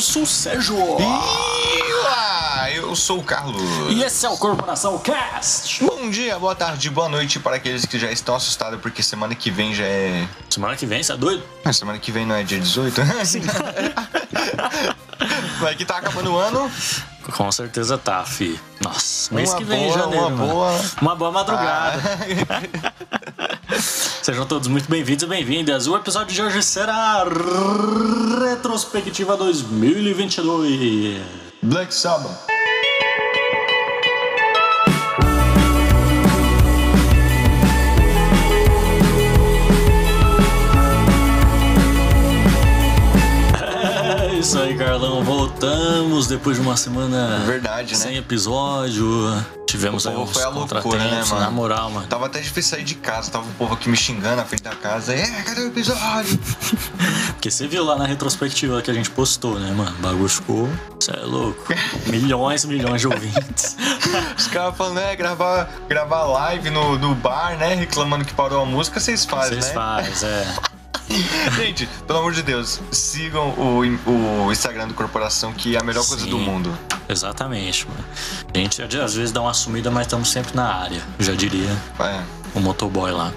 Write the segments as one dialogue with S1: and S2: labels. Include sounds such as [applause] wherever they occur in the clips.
S1: Sérgio.
S2: Olá, eu sou o Carlos.
S1: E esse é o Corporação Cast.
S2: Bom dia, boa tarde, boa noite para aqueles que já estão assustados, porque semana que vem já é.
S1: Semana que vem, você é doido?
S2: Ah, Semana que vem não é dia 18? [laughs] Vai que tá acabando o ano.
S1: Com certeza tá, fi. Nossa, mês
S2: Uma
S1: que vem em
S2: boa,
S1: janeiro.
S2: uma
S1: mano.
S2: boa.
S1: Uma boa
S2: Ah,
S1: madrugada. Sejam todos muito bem-vindos e bem-vindas. O episódio de hoje será Retrospectiva 2022.
S2: [laughs] Black Sabbath.
S1: É isso aí, Carlão. Voltamos depois de uma semana
S2: Verdade,
S1: sem
S2: né?
S1: episódio. Tivemos
S2: O
S1: aí
S2: povo
S1: uns
S2: foi a loucura,
S1: contratempos,
S2: né, mano?
S1: na moral, mano.
S2: Tava até difícil sair de casa, tava o povo aqui me xingando na frente da casa. É, cadê o episódio?
S1: Porque você viu lá na retrospectiva que a gente postou, né, mano? O bagulho ficou. Você é louco. Milhões e milhões de ouvintes.
S2: Os caras falando, né, gravar, gravar live no, no bar, né? Reclamando que parou a música, vocês fazem,
S1: Vocês
S2: né?
S1: fazem, é.
S2: [laughs] Gente, pelo amor de Deus, sigam o, o Instagram do Corporação, que é a melhor coisa
S1: Sim.
S2: do mundo.
S1: Exatamente, mano. A gente às vezes dá uma sumida, mas estamos sempre na área, já diria
S2: É.
S1: o motoboy lá.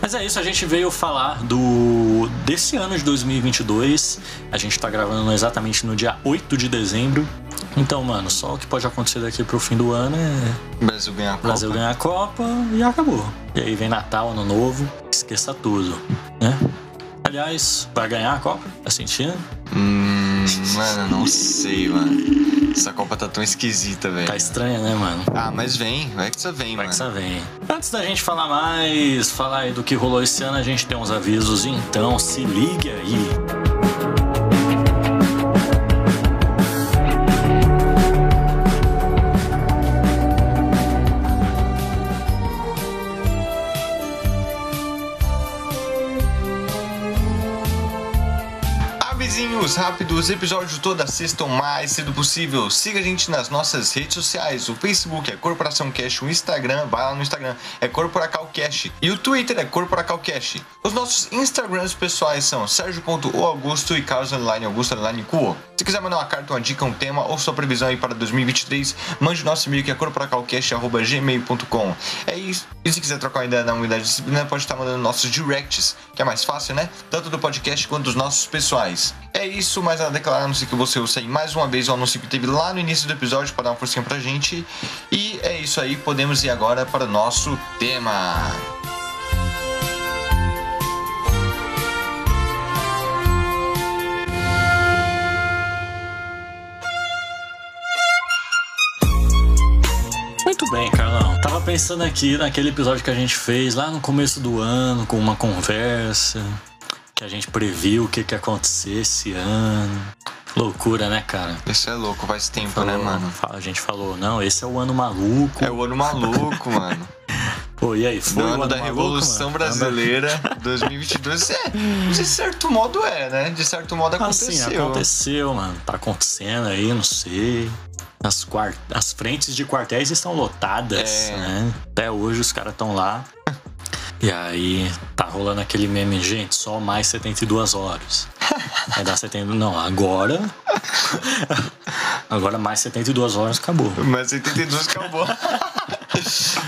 S1: Mas é isso, a gente veio falar do desse ano de 2022. A gente tá gravando exatamente no dia 8 de dezembro. Então, mano, só o que pode acontecer daqui pro fim do ano é
S2: O Brasil ganha a
S1: o Brasil
S2: Copa.
S1: ganhar a Copa e acabou. E aí vem Natal, Ano Novo, esqueça tudo, né? Aliás, vai ganhar a Copa? Tá sentindo?
S2: Hum, mano, não sei, mano. Essa Copa tá tão esquisita, velho.
S1: Tá estranha, né, mano?
S2: Ah, mas vem, vai que você vem,
S1: Vai que essa
S2: mano.
S1: vem. Antes da gente falar mais, falar aí do que rolou esse ano, a gente tem uns avisos, então se ligue aí.
S2: Avisinhos rápidos, episódio toda sexta o mais cedo possível. Siga a gente nas nossas redes sociais. O Facebook é Corporação Cash, o Instagram, vai lá no Instagram, é Corporacal Cash. E o Twitter é Corporacal Cash. Os nossos Instagrams pessoais são Sérgio.oaugusto e Carlos Online Augusto Online Cuo. Se quiser mandar uma carta, uma dica, um tema ou sua previsão aí para 2023, mande o nosso e-mail que é corporacalcast.gmail.com. É isso. E se quiser trocar uma ideia na unidade de disciplina, pode estar mandando nossos directs, que é mais fácil, né? Tanto do podcast quanto dos nossos pessoais. É isso, mas a declarar, a não ser que você ouça aí mais uma vez o anúncio que teve lá no início do episódio para dar uma forcinha pra gente. E é isso aí, podemos ir agora para o nosso tema.
S1: Muito bem, Carlão. Tava pensando aqui naquele episódio que a gente fez lá no começo do ano, com uma conversa, que a gente previu o que, que ia acontecer esse ano. Loucura, né, cara?
S2: Isso é louco, faz tempo, né,
S1: Falou-
S2: mano?
S1: fa- A gente falou, não, esse é o ano maluco.
S2: É o ano maluco, mano.
S1: Pô, e aí, foi
S2: Do
S1: o
S2: ano da
S1: maluco,
S2: Revolução
S1: mano? Tá
S2: Brasileira 2022. É, de certo modo é, né? De certo modo
S1: Assim,
S2: aconteceu.
S1: aconteceu, mano. Tá acontecendo aí, não sei. As, quar- As frentes de quartéis estão lotadas,
S2: É.
S1: né? Até hoje os caras estão lá. E aí tá rolando aquele meme, gente, só mais 72
S2: [laughs]
S1: horas. Aí dá 72. Não, agora. [laughs] Agora mais 72 horas acabou.
S2: Mas 72 acabou. [laughs]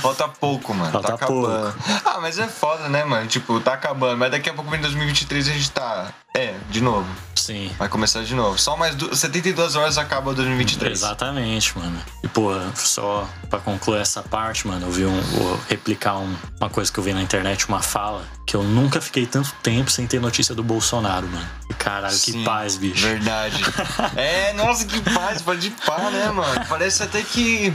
S2: Falta pouco, mano. tá
S1: Falta
S2: acabando. Ah, mas é foda, né, mano? Tipo, tá acabando. Mas daqui a pouco vem 2023 e a gente tá. É, de novo.
S1: Sim.
S2: Vai começar de novo. Só mais du- 72 horas acaba 2023.
S1: Exatamente, mano. E, pô, só pra concluir essa parte, mano, eu vi um. Vou replicar um- uma coisa que eu vi na internet, uma fala, que eu nunca fiquei tanto tempo sem ter notícia do Bolsonaro, mano. Caralho,
S2: Sim,
S1: que paz, bicho.
S2: Verdade. [laughs] é, nossa, que paz, pode pá, né, mano? Parece até que.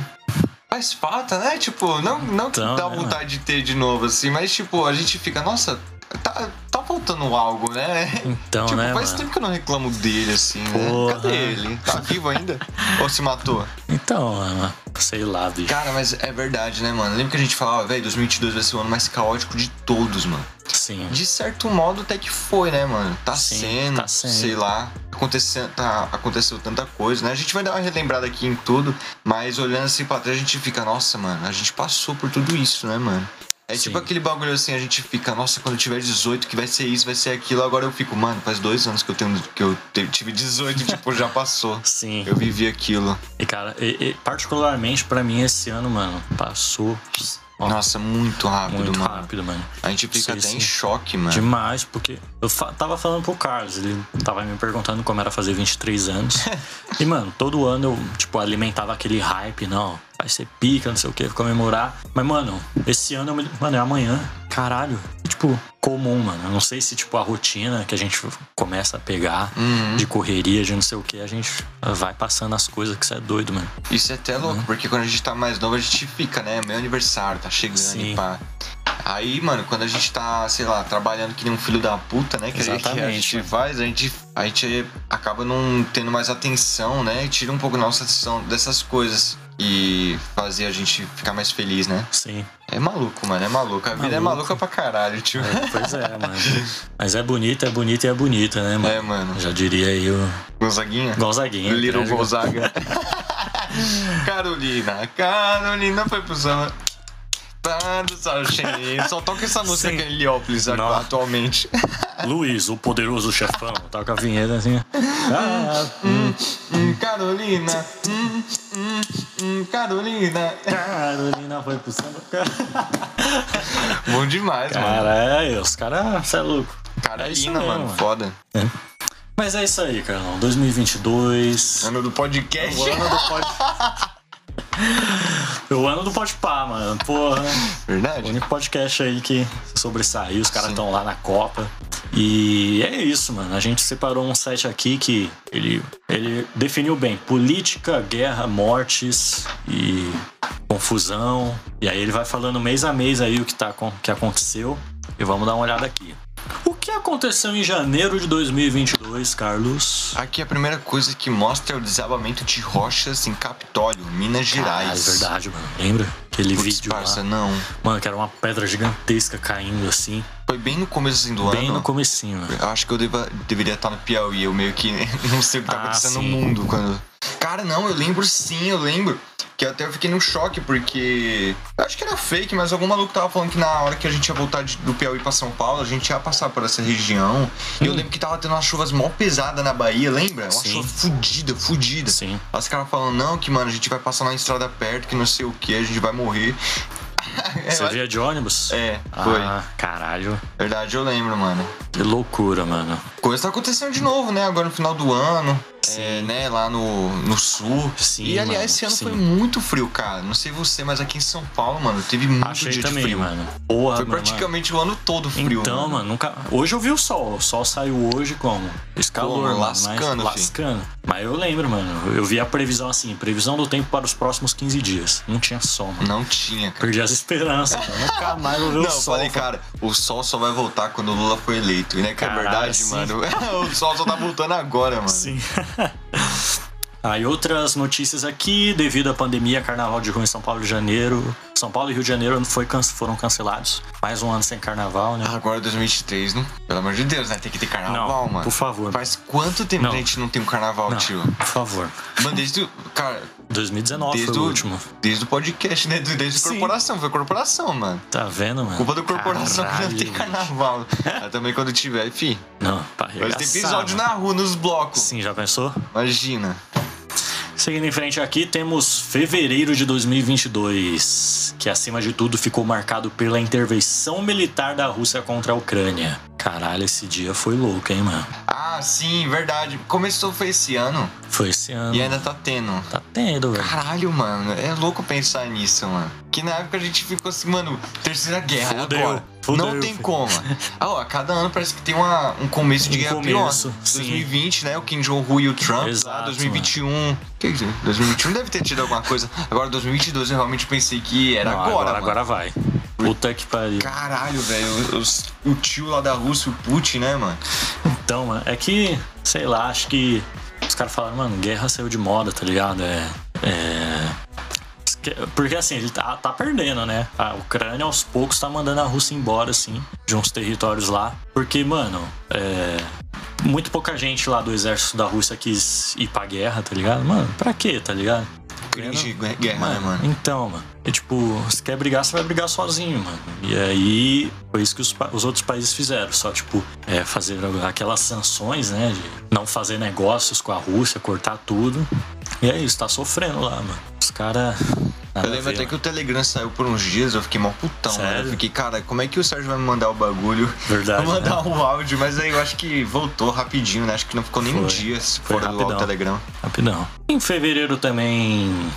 S2: Faz falta, né? Tipo, não, não que
S1: Então,
S2: dá
S1: né,
S2: vontade de ter de novo, assim, mas tipo, a gente fica, nossa, tá, tá faltando algo, né? [laughs]
S1: Então,
S2: Tipo,
S1: né,
S2: faz
S1: mano?
S2: tempo que eu não reclamo dele, assim, né?
S1: Porra.
S2: Cadê ele? Tá vivo ainda? Ou se matou?
S1: Então, mano, sei lá, bicho.
S2: Cara, mas é verdade, né, mano? Lembra que a gente falava, velho, 2022 vai ser o ano mais caótico de todos, mano.
S1: Sim.
S2: De certo modo, até que foi, né, mano? Tá
S1: Sim,
S2: sendo,
S1: tá sendo.
S2: sei lá. Acontecendo, tá, aconteceu tanta coisa, né? A gente vai dar uma relembrada aqui em tudo, mas olhando assim pra trás, a gente fica, nossa, mano, a gente passou por tudo isso, né, mano? É tipo
S1: Sim.
S2: aquele bagulho assim, a gente fica, nossa, quando eu tiver 18, que vai ser isso, vai ser aquilo. Agora eu fico, mano, faz dois anos que eu tenho que eu te- tive 18, [laughs] tipo, já passou.
S1: Sim.
S2: Eu vivi aquilo.
S1: E cara, e- e particularmente pra mim esse ano, mano, passou ó,
S2: Nossa, muito rápido,
S1: muito
S2: mano.
S1: rápido, mano.
S2: A gente
S1: Sim,
S2: fica até em
S1: sim.
S2: choque, mano.
S1: Demais, porque eu fa- tava falando pro Carlos, ele tava me perguntando como era fazer 23
S2: [laughs]
S1: anos. e, mano, todo ano eu, tipo, alimentava aquele hype, não, vai ser pica, não sei o que, comemorar. Mas, mano, esse ano, eu me... mano, é amanhã, caralho. É, Tipo, comum, mano. Eu não sei se, tipo, a rotina que a gente começa a pegar
S2: Uhum.
S1: de correria, de não sei o que, a gente vai passando as coisas que você é doido, mano.
S2: Isso é até louco, porque quando a gente tá mais novo, a gente fica, né? Meu aniversário, tá chegando
S1: Sim.
S2: e pá. Aí, mano, quando a gente tá, sei lá, trabalhando que nem um filho da puta, né? Que a gente- que a
S1: Exatamente,
S2: gente
S1: mano.
S2: faz, a gente, a gente acaba não tendo mais atenção, né? E tira um pouco nossa atenção dessas coisas. E fazer a gente ficar mais feliz, né?
S1: Sim.
S2: É maluco, mano, é maluco. A vida é
S1: Maluco.
S2: maluca pra caralho, tio.
S1: É, pois é,
S2: [laughs]
S1: mano. Mas é bonita, é bonita e é bonita, né, mano?
S2: É, mano.
S1: Já diria aí o né?
S2: Gonzaguinha?
S1: Gonzaguinha.
S2: Little
S1: grande
S2: Gonzaga.
S1: [laughs]
S2: Carolina, Carolina foi pro samba. Tá, Tanto Sarchenê. Só toca essa música
S1: Sim.
S2: que é Heliópolis agora,
S1: Nossa.
S2: atualmente.
S1: Luiz, o poderoso chefão. Toca a vinheta assim. Ah,
S2: Hum, Carolina, hum, hum, hum, Carolina.
S1: Carolina foi pro samba.
S2: Bom demais, mano.
S1: Caralho, os caras, você é louco. é isso
S2: Carolina,
S1: mesmo,
S2: mano,
S1: mano.
S2: foda.
S1: Mas é isso aí, Carlão. 2022.
S2: Ano do podcast.
S1: O ano do pod... o ano do podpá, mano. Porra. né? O
S2: Verdade?
S1: único podcast aí que sobressaiu. Os caras
S2: Sim.
S1: estão lá na Copa. E é isso, mano. A gente separou um set aqui que ele, ele definiu bem: política, guerra, mortes e confusão. E aí ele vai falando mês a mês aí o que, tá, acon- que aconteceu. E vamos dar uma olhada aqui. O que aconteceu em janeiro de 2022, Carlos?
S2: Aqui a primeira coisa que mostra é o desabamento de rochas em Capitólio, Minas
S1: Ah, é
S2: Gerais.
S1: verdade, mano. Lembra? Aquele
S2: Putz,
S1: vídeo
S2: parça,
S1: lá.
S2: não.
S1: Mano, que era uma pedra gigantesca caindo assim.
S2: Foi bem no começo assim, do
S1: Bem
S2: ano.
S1: no comecinho, né? mano.
S2: Eu acho que eu deva- deveria estar no Piauí. Eu meio que [laughs] não sei o que tá
S1: Ah,
S2: acontecendo
S1: sim.
S2: no mundo quando. Cara, não, eu lembro sim, eu lembro. Que até eu fiquei num choque, porque. Eu acho que era fake, mas algum maluco tava falando que na hora que a gente ia voltar de- do Piauí pra São Paulo, a gente ia passar por essa região. E eu lembro que tava tendo umas chuvas mó pesadas na Bahia, lembra? Uma
S1: Hum. Sim.
S2: chuva fudida, fudida.
S1: Sim.
S2: Aí Os caras falam, não, que mano, a gente vai passar na estrada perto, que não sei o que, a gente vai morrer. [laughs] É,
S1: Você via de ônibus?
S2: é, foi.
S1: Ah, caralho.
S2: Verdade, eu lembro, mano.
S1: Que loucura, mano.
S2: Coisa tá acontecendo de novo, né? Agora no final do ano. É, né? Lá no, no sul.
S1: Sim,
S2: E aliás,
S1: mano,
S2: esse ano
S1: sim.
S2: foi muito frio, cara. Não sei você, mas aqui em São Paulo, mano, teve muito
S1: Achei
S2: dia
S1: também,
S2: de frio.
S1: mano. Porra,
S2: Foi
S1: mano, mano.
S2: praticamente o ano todo frio. né?
S1: Então, mano, nunca. Hoje eu vi o sol. O sol saiu hoje como? Esse calor,
S2: Como?
S1: mano,
S2: Lascando, assim.
S1: mas,
S2: fi.
S1: lascando. Mas eu lembro, mano. Eu vi a previsão assim, previsão do tempo para os próximos 15 dias. Não tinha sol, mano.
S2: Não tinha, cara.
S1: Perdi as [laughs] esperanças, mano. Nunca mais vou ver
S2: Não,
S1: o
S2: eu
S1: sol.
S2: falei, cara, o sol só vai voltar quando o Lula foi eleito. E não é que
S1: Caralho,
S2: é verdade,
S1: sim.
S2: mano. [laughs] o sol só tá voltando agora, mano.
S1: Sim. [laughs] Aí outras notícias aqui, devido à pandemia, carnaval de rua em São Paulo e Janeiro. São Paulo e Rio de Janeiro foi can- foram cancelados. Mais um ano sem carnaval, né?
S2: Agora 2023, não? Pelo amor de Deus, né? Tem que ter carnaval,
S1: Não,
S2: mano.
S1: por favor.
S2: Faz quanto tempo
S1: Não.
S2: que a gente não tem um carnaval,
S1: Não,
S2: tio?
S1: por favor.
S2: Mano, desde. o- Cara,
S1: 2019
S2: Desde
S1: foi o
S2: o-
S1: último.
S2: Desde o podcast, né? Desde
S1: Sim.
S2: corporação, foi corporação, mano.
S1: Tá vendo, mano?
S2: Culpa do corporação que não tem
S1: Caralho,
S2: carnaval. Mas também quando tiver, fi.
S1: bicho. Não, pra
S2: Vai
S1: arregaçar.
S2: ter episódio
S1: mano.
S2: na rua, nos blocos.
S1: Sim, já pensou?
S2: Imagina.
S1: Seguindo em frente aqui, temos fevereiro de 2022, que acima de tudo ficou marcado pela intervenção militar da Rússia contra a Ucrânia. Caralho, esse dia foi louco, hein, mano?
S2: Ah, sim, verdade. Começou foi esse ano
S1: Foi esse ano.
S2: e ainda tá tendo.
S1: Tá tendo, velho.
S2: Caralho, mano, é louco pensar nisso, mano. Que na época a gente ficou assim, mano, terceira guerra é
S1: Fudeu,
S2: agora.
S1: fudeu,
S2: Não tem
S1: filho.
S2: como. Ah, ó, cada ano parece que tem uma- um começo de
S1: Um
S2: guerra
S1: começo,
S2: pior.
S1: sim.
S2: 2020, né? O Kim Jong-un e um. o Trump.
S1: Exato,
S2: lá, 2021. Que que- 2021 deve ter tido alguma coisa. Agora, 2022, eu realmente pensei que era
S1: Não,
S2: agora,
S1: agora,
S2: mano.
S1: agora vai. Puta que pariu.
S2: Caralho, velho. os- O tio lá da Rússia, o Putin, né, mano?
S1: Então, mano, é que, sei lá, acho que os caras falaram, mano, guerra saiu de moda, tá ligado? É. é... esque- Porque assim, ele tá, tá perdendo, né? A Ucrânia aos poucos tá mandando a Rússia embora, assim, de uns territórios lá. Porque, mano, é. Muito pouca gente lá do exército da Rússia quis ir pra guerra, tá ligado? Mano, pra quê, tá ligado?
S2: cringe guerra, né, mano?
S1: Então, mano. É tipo, se quer brigar, você vai brigar sozinho, mano. E aí, foi isso que os, pa- os outros países fizeram. Só, tipo, é, fazer aquelas sanções, né? De não fazer negócios com a Rússia, cortar tudo. E é isso, tá sofrendo lá, mano. Os caras.
S2: Eu lembro até que o Telegram saiu por uns dias, eu fiquei mó putão, né? Eu
S1: Sério?
S2: fiquei, cara, como é que o Sérgio vai me mandar o bagulho?
S1: Verdade,
S2: [laughs] Vou mandar
S1: né?
S2: um áudio, mas aí eu acho que voltou rapidinho, né? Acho que não ficou nem um
S1: Foi.
S2: dia se
S1: Foi
S2: fora do
S1: rapidão.
S2: Telegram.
S1: Rapidão. Em fevereiro também.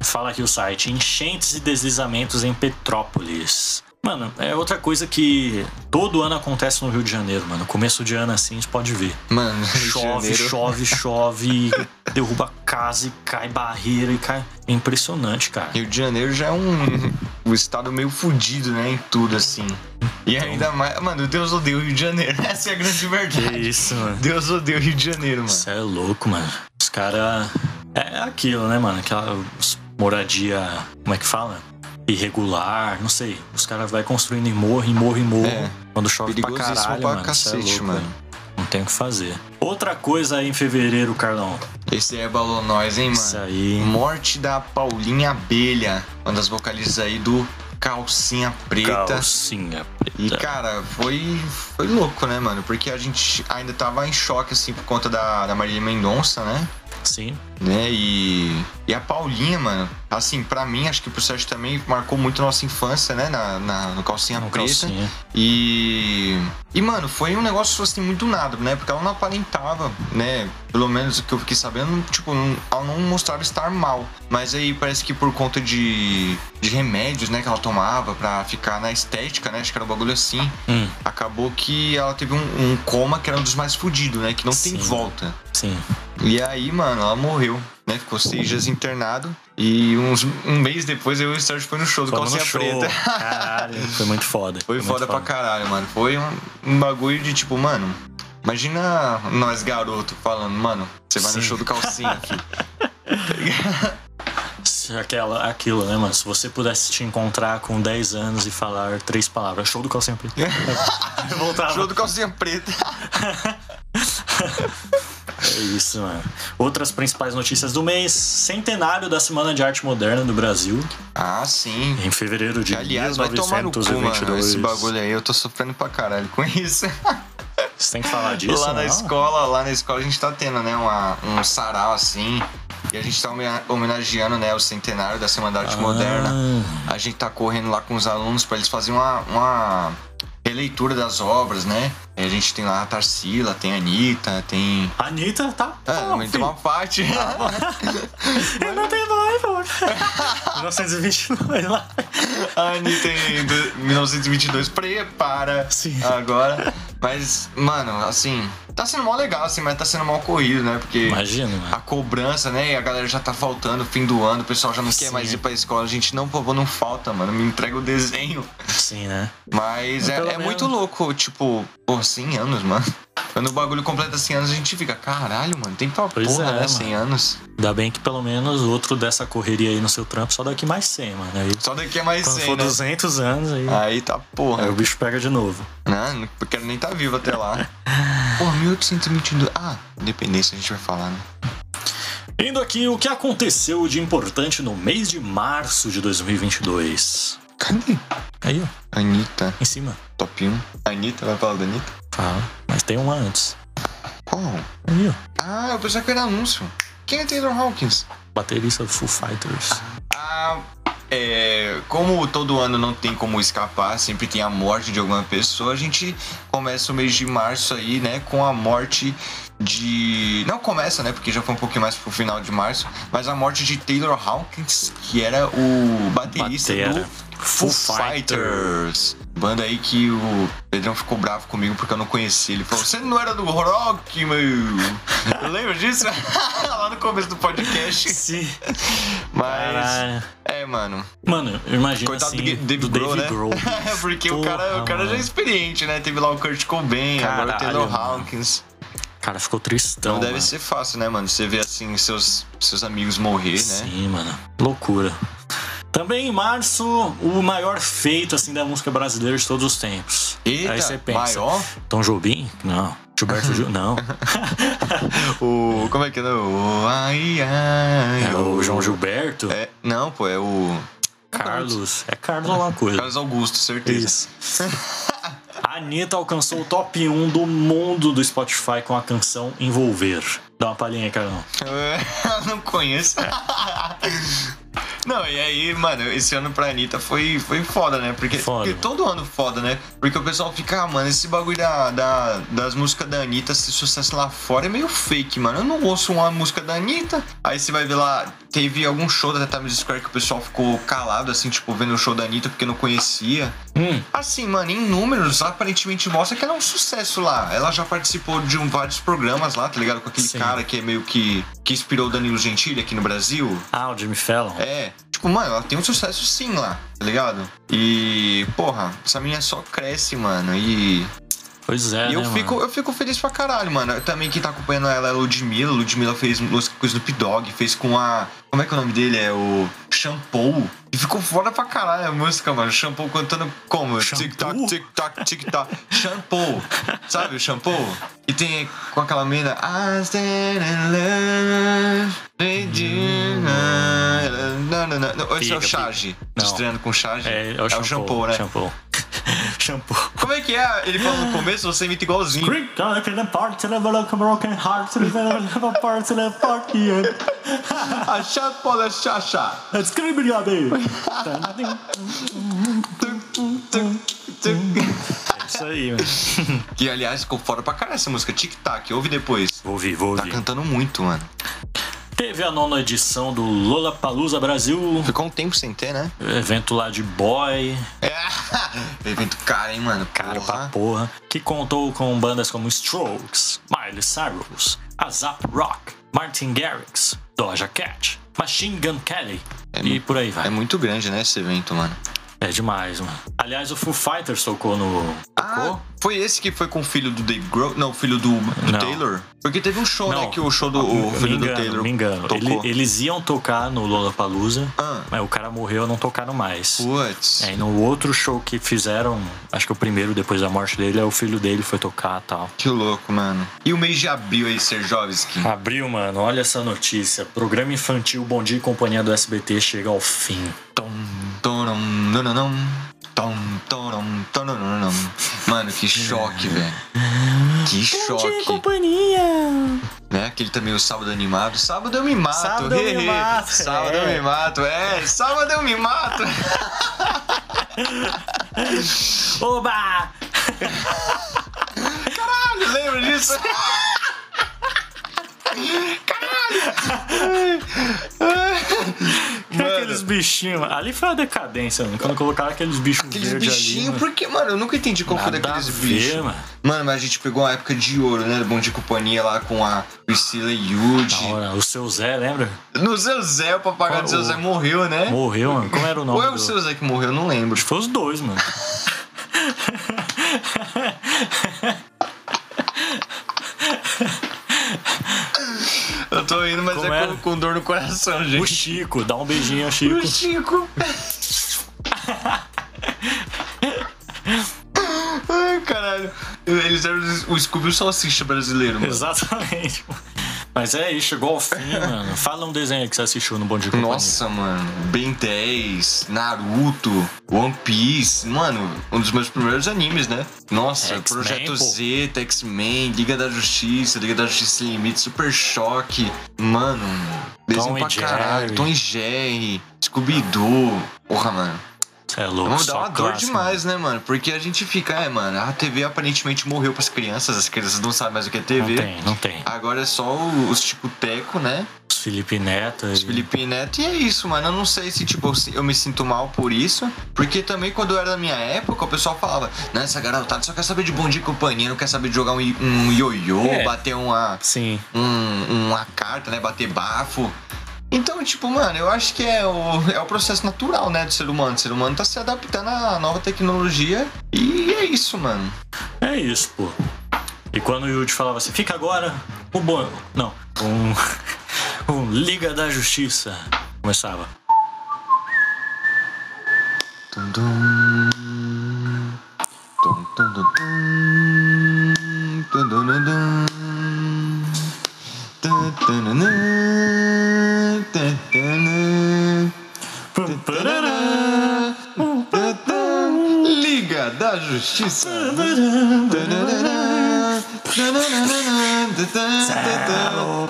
S1: Fala aqui o site: enchentes e deslizamentos em Petrópolis. Mano, é outra coisa que todo ano acontece no Rio de Janeiro, mano. Começo de ano assim, você pode ver.
S2: Mano, [laughs]
S1: Chove,
S2: janeiro-
S1: chove,
S2: [laughs]
S1: chove, derruba casa e cai barreira e cai. É impressionante, cara.
S2: Rio de Janeiro já é um, um estado meio fudido, né? Em tudo, assim. E
S1: Então.
S2: ainda mais. Mano, Deus odeia o Rio de Janeiro. [laughs] Essa é a grande
S1: Que
S2: verdade.
S1: isso, mano.
S2: Deus odeia o Rio de Janeiro, mano.
S1: Isso é louco, mano. Os caras. É aquilo, né, mano? Aquela s- moradia. Como é que fala? Irregular, não sei. Os caras vai construindo e morre, e morre, e morre.
S2: É.
S1: Quando chove pra
S2: Perigosíssimo
S1: caralho,
S2: pra
S1: mano. Isso é
S2: cacete,
S1: louco,
S2: mano.
S1: mano. Não tem o que fazer. Outra coisa aí em fevereiro, Carlão.
S2: Esse é balou nós, hein,
S1: Isso
S2: mano?
S1: aí.
S2: Morte da Paulinha Abelha, uma das vocalistas aí do Calcinha Preta.
S1: Calcinha
S2: E,
S1: preta.
S2: cara, foi, foi louco, né, mano? Porque a gente ainda tava em choque, assim, por conta da, da Marília Mendonça, né?
S1: Sim.
S2: né? E, e a Paulinha, mano, assim, pra mim, acho que pro Sérgio também marcou muito a nossa infância, né? Na, na- no calcinha
S1: Não,
S2: preta.
S1: calcinha.
S2: E. E, mano, foi um negócio assim muito nada, né? Porque ela não aparentava, né? Pelo menos o que eu fiquei sabendo, tipo, não- ela não mostrava estar mal. Mas aí parece que por conta de, de remédios, né, que ela tomava pra ficar na estética, né? Acho que era um bagulho assim.
S1: Hum,
S2: Acabou que ela teve um, um coma que era um dos mais fudidos, né? Que não
S1: Sim.
S2: tem volta.
S1: sim.
S2: E aí, mano, ela morreu, né? Ficou seis dias internado. E uns, um mês depois eu e o Sérgio foi no show do
S1: Fomos no
S2: Calcinha
S1: show.
S2: Preta. [laughs]
S1: Caralho, foi muito foda.
S2: Foi
S1: muito
S2: foda pra caralho, mano. Foi um, um bagulho de tipo, mano. Imagina nós garoto falando, mano, você vai no
S1: Sim.
S2: show
S1: [laughs]
S2: do calcinha, filho. [laughs]
S1: Se é Aquela, aquilo, né, mano? Se você pudesse te encontrar com 10 anos e falar três palavras, show do calcinha
S2: [laughs]
S1: preta. Eu Voltava.
S2: show do calcinha preta.
S1: É isso, mano. Outras principais notícias do mês: centenário da Semana de Arte Moderna do Brasil,
S2: Ah, sim.
S1: em fevereiro de
S2: Aliás, vai tomar no cu,
S1: 1922.
S2: mano, esse bagulho aí. Eu tô sofrendo pra caralho com isso.
S1: Você tem que falar disso,
S2: lá
S1: não?
S2: na escola, lá na escola a gente tá tendo, né, uma- um sarau assim. E a gente tá homena- homenageando, né, o centenário da Semana da Arte
S1: Ah,
S2: Moderna. A gente tá correndo lá com os alunos pra eles fazerem uma, uma releitura das obras, né? A gente tem lá a Tarsila, tem a Anitta, tem.
S1: A Anitta tá.
S2: Ah,
S1: bom,
S2: também tem
S1: filho.
S2: uma parte. [laughs]
S1: Ainda tem nós, [laughs] mano. 1929 lá.
S2: a Anitta em do- 1922 prepara
S1: Sim.
S2: agora. Mas, mano, assim, tá sendo mó legal, assim, mas tá sendo mó corrido, né? Porque.
S1: Imagina, mano.
S2: a cobrança, né? E a galera já tá faltando, fim do ano, o pessoal já não quer
S1: Sim.
S2: mais ir pra escola. A gente, não, por favor, não falta, mano. Me entrega o desenho.
S1: Sim, né?
S2: Mas
S1: Mas
S2: é,
S1: pelo
S2: é
S1: menos-
S2: muito louco, tipo, pô, 100 anos, mano. Quando o bagulho completa 100 anos, a gente fica, caralho, mano, tem pra
S1: Pois
S2: porra,
S1: é,
S2: né? 100 anos.
S1: Ainda bem que pelo menos outro dessa correria aí no seu trampo, só daqui mais 100, mano. Aí
S2: Só daqui é mais
S1: quando
S2: 100,
S1: for
S2: né?
S1: 200 anos, aí,
S2: Aí tá
S1: aí
S2: porra.
S1: o bicho pega de novo.
S2: Não, não quero nem tá vivo
S1: [laughs]
S2: até lá. Pô, 1822. Ah, independência a gente vai falar, né?
S1: Indo aqui, o que aconteceu de importante no mês de março de 2022?
S2: Cadê?
S1: Aí, ó,
S2: Anitta,
S1: em cima.
S2: top 1. Anitta, vai falar da Anitta?
S1: Fala. Mas tem uma antes.
S2: Qual?
S1: Aí, ó.
S2: Ah, eu pensava que era anúncio. Quem é Taylor Hawkins?
S1: Baterista do Foo Fighters.
S2: Ah, é, como todo ano não tem como escapar, sempre tem a morte de alguma pessoa, a gente começa o mês de março aí, né, com a morte de... Não começa, né, porque já foi um pouquinho mais pro final de março, mas a morte de Taylor Hawkins, que era o baterista
S1: Batera.
S2: Ah, do Foo Fighters. Banda aí que o Pedrão ficou bravo comigo porque eu não conheci. Ele falou: Você não era do rock, meu? Eu lembro disso? [laughs] Lá no começo do podcast.
S1: Sim.
S2: Mas.
S1: Caralho.
S2: É, mano.
S1: Mano, eu imagino
S2: Coitado
S1: assim,
S2: do Ga- Dave
S1: do
S2: Grohl,
S1: Dave
S2: né?
S1: Grohl.
S2: [laughs] É porque o,
S1: Porra,
S2: cara, o cara já é
S1: mano.
S2: experiente, né? Teve lá o Kurt Cobain, agora o Taylor
S1: Caralho, mano.
S2: Hawkins.
S1: Cara, ficou
S2: Não,
S1: tristão.
S2: deve
S1: mano.
S2: ser fácil, né, mano? Você vê assim seus, seus amigos morrer, né?
S1: Sim, mano. Loucura. Também em março, o maior feito assim da música brasileira de todos os tempos.
S2: Eita,
S1: Aí você pensa,
S2: maior?
S1: Tom Jobim? Não.
S2: [laughs]
S1: Gilberto Gil. Não.
S2: O. Como é que é? O. Ai, ai.
S1: É o João Gilberto,
S2: É, não, pô, é o.
S1: Carlos. É Carlos alguma coisa.
S2: Carlos Augusto, certeza.
S1: Isso. A Anitta alcançou o top 1 do mundo do Spotify com a canção Envolver. Dá uma palhinha aí, Carlão.
S2: [laughs] Eu não conheço. Não, e aí, mano, esse ano pra Anitta foi, foi foda, né? Porque,
S1: Foda.
S2: porque todo ano foda, né? Porque o pessoal fica, ah, mano, esse bagulho da, da- das músicas da Anitta, esse sucesso lá fora é meio fake, mano. Eu não ouço uma música da Anitta. Aí você vai ver lá, teve algum show da Times Square que o pessoal ficou calado, assim, tipo, vendo o show da Anitta porque não conhecia.
S1: Hum,
S2: Assim, mano, em números, aparentemente mostra que ela é um sucesso lá. Ela já participou de um, vários programas lá, tá ligado? Com aquele
S1: Sim.
S2: cara que é meio que. que inspirou o Danilo Gentili aqui no Brasil.
S1: ah, o Jimmy Fallon.
S2: É. Tipo, mano, ela tem um sucesso sim lá, tá ligado? E, porra, essa menina só cresce, mano. E,
S1: Pois é,
S2: e eu,
S1: né,
S2: fico,
S1: mano?
S2: eu fico feliz pra caralho, mano. Também quem tá acompanhando ela é a Ludmilla. Ludmilla fez música com o Snoop Dogg, fez com a. Como é que é o nome dele? É o Shampoo. E ficou foda pra caralho a música, mano. Shampoo cantando como?
S1: Shampoo?
S2: Tic-tac, tic-tac, tic-tac. Shampoo. Sabe o Shampoo? E tem com aquela mina. I stand in love with you. Não, não, não. não. Esse
S1: Fica,
S2: é
S1: fica.
S2: o Charge.
S1: Não.
S2: Estreando com o Charge.
S1: É, é o shampoo,
S2: Shampoo, né?
S1: Shampoo. [laughs] shampoo.
S2: Como é que é? Ele falou no começo, você imita igualzinho.
S1: Creep down to the park to the broken heart to the little part to the party.
S2: A chapola chacha.
S1: Let's scream it out there. Isso aí, mano.
S2: Que aliás ficou foda pra caralho essa música, Tic Tac, ouve depois.
S1: Vou ouvir, vou
S2: Tá
S1: ouvir.
S2: cantando muito, mano.
S1: Teve a nona edição do Lollapalooza Brasil,
S2: Ficou um tempo sem ter, né?
S1: evento lá de boy,
S2: É. [laughs] Evento caro, hein, mano?
S1: cara pra
S2: Porra.
S1: porra, que contou com bandas como Strokes, Miley Cyrus, Azap Rock, Martin Garrix, Doja Cat, Machine Gun Kelly e por aí
S2: É
S1: vai.
S2: muito grande, né, esse evento, mano.
S1: É demais, mano. Aliás, o Foo Fighters tocou no...
S2: Ah,
S1: Tocou?
S2: foi esse que foi com o filho do Dave Grohl? Não, o filho do, do
S1: Não.
S2: Taylor? Porque teve um show, né,
S1: Não. Ah,
S2: que o show do o
S1: Me
S2: filho
S1: engano,
S2: do Taylor
S1: Me engano.
S2: tocou.
S1: Ele- eles iam tocar no Lollapalooza,
S2: Ah.
S1: mas o cara morreu não tocaram mais.
S2: Putz.
S1: É, e no outro show que fizeram, acho que o primeiro depois da morte dele, é o filho dele foi tocar e tal.
S2: Que louco, mano. E o mês de abril aí, Serjovski?
S1: Abril, mano, olha essa notícia. Programa infantil Bom Dia e Companhia do SBT chega ao fim.
S2: Tom, torom, nononão. Tom, torom, toronononão. Mano, que choque, velho. Que choque.
S1: Companhia!
S2: Né? Aquele também, o Sábado Animado. Sábado eu me mato.
S1: Sábado eu me
S2: [laughs] hehe.
S1: mato,
S2: Sábado eu
S1: é.
S2: me mato. É, sábado eu me mato.
S1: [laughs] Oba!
S2: Caralho, lembra disso?
S1: E aqueles bichinhos, mano. ali foi a decadência, mano. Quando colocaram aqueles bichos
S2: Aqueles
S1: verdes
S2: bichinhos,
S1: ali. né?
S2: por que, mano? Eu nunca entendi qual foi
S1: Nada
S2: daqueles
S1: a ver,
S2: bichos.
S1: mano.
S2: Mano, mas a gente pegou uma época de ouro, né? Do Bom de Companhia lá com a Priscila Yudi.
S1: Da hora. O seu Zé, lembra?
S2: No seu Zé, o papagaio do seu
S1: O-
S2: Zé morreu, né?
S1: Morreu, mano. Como era o nome?
S2: Ou é o
S1: do-
S2: seu Zé que morreu? Eu Não lembro.
S1: Foi os dois, [laughs] mano.
S2: Eu tô indo, mas
S1: Como
S2: é
S1: era?
S2: com, com dor no coração,
S1: O
S2: gente.
S1: Chico, dá um beijinho ao Chico.
S2: O Chico. Ai, caralho. Eles eram o Scooby e o Salsicha brasileiro, mano.
S1: [laughs] Exatamente. mano. Mas é isso, chegou ao fim, mano. Fala um desenho que você assistiu no Bom Dia e Companhia.
S2: Nossa, mano. Ben 10, Naruto, One Piece. Mano, um dos meus primeiros animes, né? Nossa,
S1: X-Men,
S2: Projeto
S1: pô.
S2: Z, X-Men, Liga da Justiça, Liga da Justiça Sem Limite, Super Choque. Mano, desenho
S1: e
S2: pra
S1: Jerry.
S2: caralho. Tom e Jerry, Scooby-Doo. Porra, mano.
S1: Cê é louco,
S2: Vamos
S1: só
S2: dar uma dor
S1: clássico.
S2: demais, né, mano? Porque a gente fica, é, mano, a TV aparentemente morreu pras crianças, as crianças não sabem mais o que é
S1: Não
S2: TV.
S1: tem, não tem.
S2: Agora é só o- os tipo teco, né?
S1: Os Felipe Neto.
S2: Os
S1: e-
S2: Felipe Neto. E é isso, mano. Eu não sei se, tipo, eu se- eu me sinto mal por isso. Porque também quando eu era da minha época, o pessoal falava, nessa garotada só quer saber de bom dia e companhia, não quer saber de jogar um i- um ioiô,
S1: É.
S2: bater uma,
S1: Sim.
S2: um- uma carta, né? Bater bafo. Então, tipo, mano, eu acho que é o, é o processo natural, né, do ser humano. O ser humano tá se adaptando à nova tecnologia e é isso, mano.
S1: É isso, pô. E quando o Yudi falava assim, fica agora o bom. Não. Um, [laughs] um Liga da Justiça. Começava.
S2: Tum, tum. Tum, tum, tum, tum. Liga da Justiça.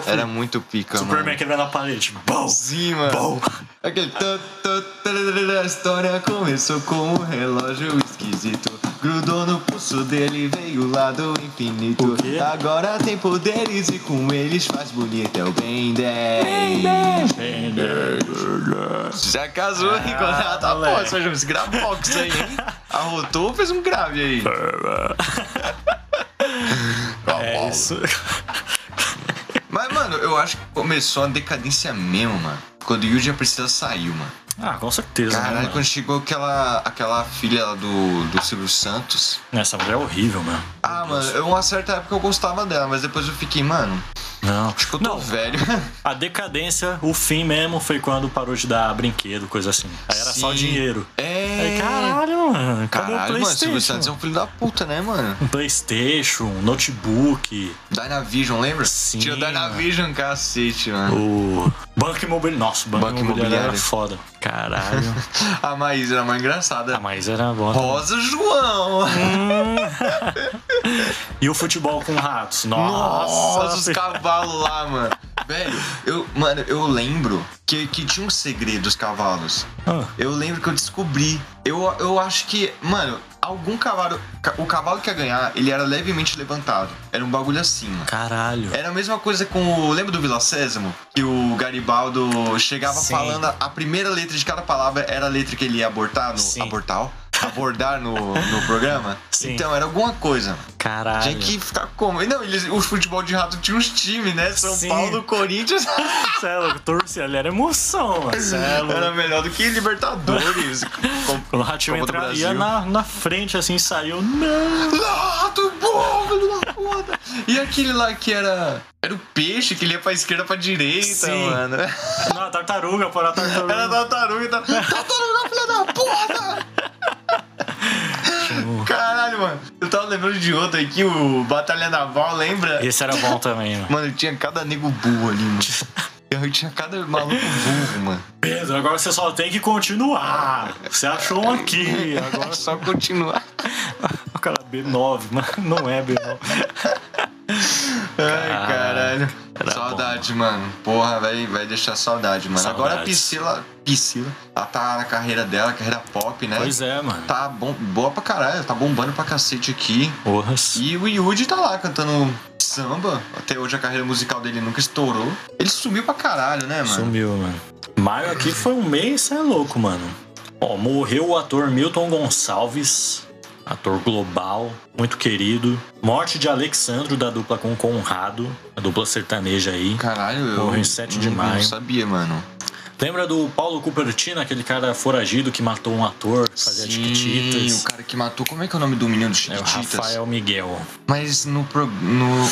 S2: Era muito pica,
S1: Superman
S2: mano.
S1: quebrando a parede. Bom!
S2: Sim, mano.
S1: Bom.
S2: Aquele tã, tã, tararara, A história começou com um relógio esquisito Grudou no pulso dele, veio lá do infinito
S1: O quê?
S2: Agora tem poderes e com eles faz bonito É o Ben 10 Já casou, hein, Renato? Tá
S1: Ah, moleque.
S2: bom, fez uns gravox aí, hein? Arrotou ou fez um grave aí? Tá bom.
S1: [laughs] É isso.
S2: Mas, mano, eu acho que começou a decadência mesmo, mano Quando Yuji a Priscila saiu, mano
S1: Ah, com certeza. né,
S2: Caralho,
S1: mano?
S2: quando chegou aquela, aquela filha lá do, do Silvio Santos.
S1: Essa mulher é horrível, mano.
S2: Ah, mano, eu, uma certa época eu gostava dela, mas depois eu fiquei, mano,
S1: Não.
S2: acho que eu tô
S1: Não,
S2: velho. [laughs]
S1: a decadência, o fim mesmo, foi quando parou de dar brinquedo, coisa assim. Aí era só
S2: Sim.
S1: dinheiro.
S2: É.
S1: Aí, caralho, mano. Cadê o
S2: Caralho, mano, Silvio Santos
S1: Playstation?
S2: é um filho da puta, né, mano?
S1: Um Playstation, um notebook,
S2: Dynavision, lembra?
S1: Sim,
S2: Tinha o
S1: mano.
S2: Dynavision, cacete, mano.
S1: o Banco Imobiliário. Nossa, o Banco,
S2: Banco
S1: Imobiliário, era
S2: Imobiliário.
S1: foda.
S2: [laughs]
S1: Caralho.
S2: A Maísa era mais engraçada.
S1: ah, mas era bom. também.
S2: Rosa João!
S1: E o futebol com ratos. Nossa.
S2: Nossa, os cavalos lá, mano. Velho, eu, mano, eu lembro que, que tinha um segredo os cavalos.
S1: Ah,
S2: Eu lembro que eu descobri. Eu, eu acho que, mano, algum cavalo. ca- O cavalo que ia ganhar, ele era levemente levantado. Era um bagulho assim, mano.
S1: caralho.
S2: Era a mesma coisa com o. Lembra do Vila Sésamo? Que o Garibaldo chegava
S1: Sim.
S2: falando. A primeira letra de cada palavra era a letra que ele ia abortar no.
S1: Sim.
S2: Abortar? Abordar no, no programa?
S1: Sim.
S2: Então era alguma coisa.
S1: Caralho.
S2: Tinha que ficar como. Não, eles, o futebol de rato tinha uns times, né? São
S1: Sim.
S2: Paulo, Corinthians.
S1: Cê é louco, torcia, ele era emoção, mano. Cê é louco.
S2: [laughs] Era melhor do
S1: [laughs]
S2: que Libertadores. Com-
S1: Quando o Ratinho
S2: Copa do
S1: entraria
S2: Brasil.
S1: na, na frente assim, saiu. Não!
S2: Lato, bom, filho da puta. E aquele lá que era. Era o peixe que ele ia pra esquerda pra direita,
S1: Sim.
S2: mano.
S1: Não, a tartaruga, fora a
S2: Era
S1: tartaruga.
S2: é tartaruga. tar- [laughs] Tartaruga, filha da puta! Caralho, mano. Eu tava lembrando de outro aqui, o Batalha Naval, lembra?
S1: Esse era bom também, né? mano.
S2: Mano, tinha cada nego burro ali, mano. Eu tinha cada maluco burro, mano.
S1: Pedro, agora você só tem que continuar. Você achou um aqui, agora
S2: É só continuar.
S1: o cara B9, mano. Não é B9.
S2: Ai, caralho.
S1: Era
S2: Saudade, mano. Porra, vai, vai deixar saudade, mano.
S1: Saudades.
S2: Agora a Priscila, Priscila, ela tá na carreira dela, carreira pop, né?
S1: Pois é, mano.
S2: Tá bom, boa pra caralho, tá bombando pra cacete aqui.
S1: Porras.
S2: E o Yuji tá lá cantando samba. Até hoje a carreira musical dele nunca estourou. Ele sumiu pra caralho, né, mano?
S1: Sumiu, mano. Maio aqui foi um mês, cê é louco, mano. Ó, morreu o ator Milton Gonçalves, ator global, muito querido. Morte de Alexandro, da dupla com Conrado, a dupla sertaneja aí.
S2: Caralho, eu.
S1: Morreu em 7 de
S2: não-
S1: maio.
S2: Não sabia, mano.
S1: Lembra do Paulo Cupertino, aquele cara foragido que matou um ator, que fazia
S2: Sim,
S1: Chiquititas?
S2: o cara que matou. Como é que é o nome do menino
S1: É o
S2: do Chiquititas?
S1: Rafael Miguel.
S2: Mas no, pro- no.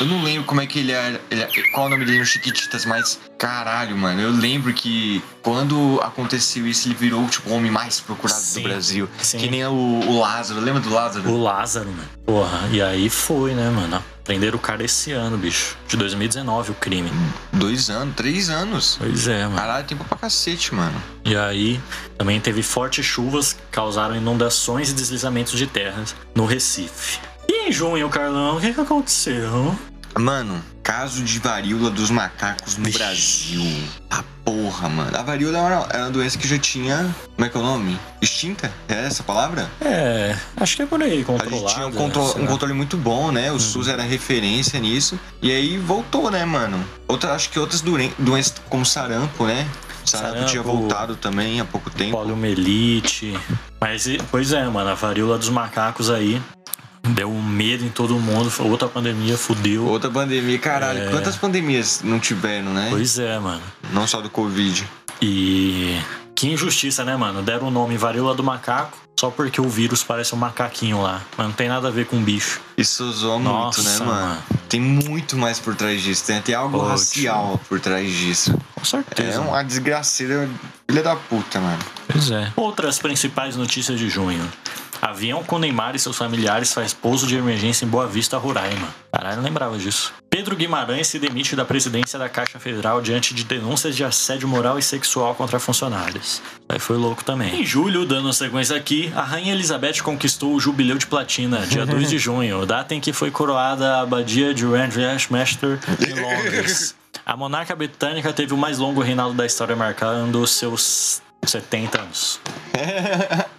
S2: Eu não lembro como é que ele era. ele era- qual o nome dele no Chiquititas, mas. Caralho, mano. Eu lembro que quando aconteceu isso, ele virou tipo, o homem mais procurado
S1: Sim,
S2: do Brasil.
S1: sim.
S2: Que nem o, o Lázaro. Lembra do Lázaro?
S1: O Lázaro, mano. Porra, e aí foi, né, mano? Prenderam o cara esse ano, bicho. De 2019, o crime.
S2: Dois anos, três anos.
S1: Pois é, mano.
S2: Caralho, tempo pra cacete, mano.
S1: E aí também teve fortes chuvas que causaram inundações e deslizamentos de terras no Recife. E em junho, Carlão, o que, que aconteceu?
S2: Mano, caso de varíola dos macacos no
S1: Ixi.
S2: Brasil. A porma, mano. A varíola era uma, era uma doença que já tinha. Como é que é o nome? Extinta? É essa a palavra?
S1: É, acho que é por aí,
S2: A
S1: controlado.
S2: gente tinha um,
S1: né,
S2: contro-
S1: sei
S2: um
S1: lá. Uhum.
S2: controle muito bom, né? O SUS era referência nisso. E aí voltou, né, mano? Outra, acho que outras doen- doenças como sarampo, né? Sarampo,
S1: Sarampo.
S2: tinha voltado também há pouco tempo.
S1: poliomielite. Mas, e- pois é, mano, a varíola dos macacos aí deu um medo em todo mundo. Foi outra pandemia, fudeu.
S2: Outra pandemia,
S1: É.
S2: caralho. Quantas pandemias não tiveram, né?
S1: Pois é, mano.
S2: Não só do Covid.
S1: E que injustiça, né, mano? Deram o nome varíola do macaco só porque o vírus parece um macaquinho lá. Mas não tem nada a ver com bicho.
S2: Isso zoa
S1: Nossa,
S2: muito, né, mano?
S1: mano.
S2: Tem muito mais por trás disso. Tem até algo
S1: Ótimo.
S2: racial por trás disso.
S1: Com certeza.
S2: É uma desgraceira filha da puta, mano.
S1: Pois é. Outras principais notícias de junho. Avião com Neymar e seus familiares faz pouso de emergência em Boa Vista, Roraima. Caralho, não lembrava disso. Pedro Guimarães se demite da presidência da Caixa Federal diante de denúncias de assédio moral e sexual contra funcionários. Aí foi louco também. Em julho, dando sequência aqui, a Rainha Elizabeth conquistou o Jubileu de Platina, dia 2 de junho, data em que foi coroada a abadia de Westminster em Londres. A monarca britânica teve o mais longo reinado da história, marcando seus 70 anos.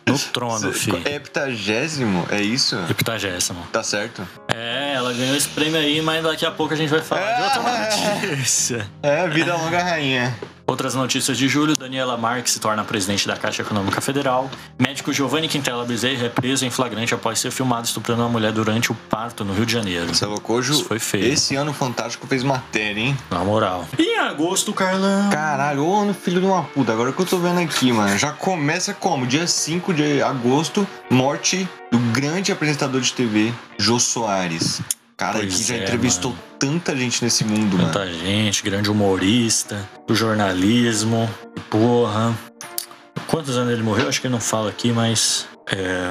S1: No trono, filho.
S2: é Heptagésimo, é isso?
S1: Heptagésimo.
S2: Tá certo?
S1: É, ela ganhou esse prêmio aí, mas daqui a pouco a gente vai falar de outra notícia.
S2: É, vida longa rainha.
S1: Outras notícias de julho: Daniela Marques se torna presidente da Caixa Econômica Federal. Médico Giovanni Quintela Bezerra é preso em flagrante após ser filmado estuprando uma mulher durante o parto no Rio de Janeiro.
S2: Você é louco, Ju?
S1: Isso foi feio.
S2: Esse ano fantástico fez matéria, hein?
S1: Na moral. E em agosto, Carlão.
S2: Caralho, ô ano filho de uma puta, agora que eu tô vendo aqui, mano. Já começa como? Dia 5 de agosto, morte do grande apresentador de TV, Jô Soares. Cara,
S1: Pois
S2: que já
S1: é,
S2: entrevistou tanta gente nesse mundo, mano.
S1: Tanta gente, grande humorista, do jornalismo, porra. Quantos anos ele morreu? Acho que ele não fala aqui, mas. É...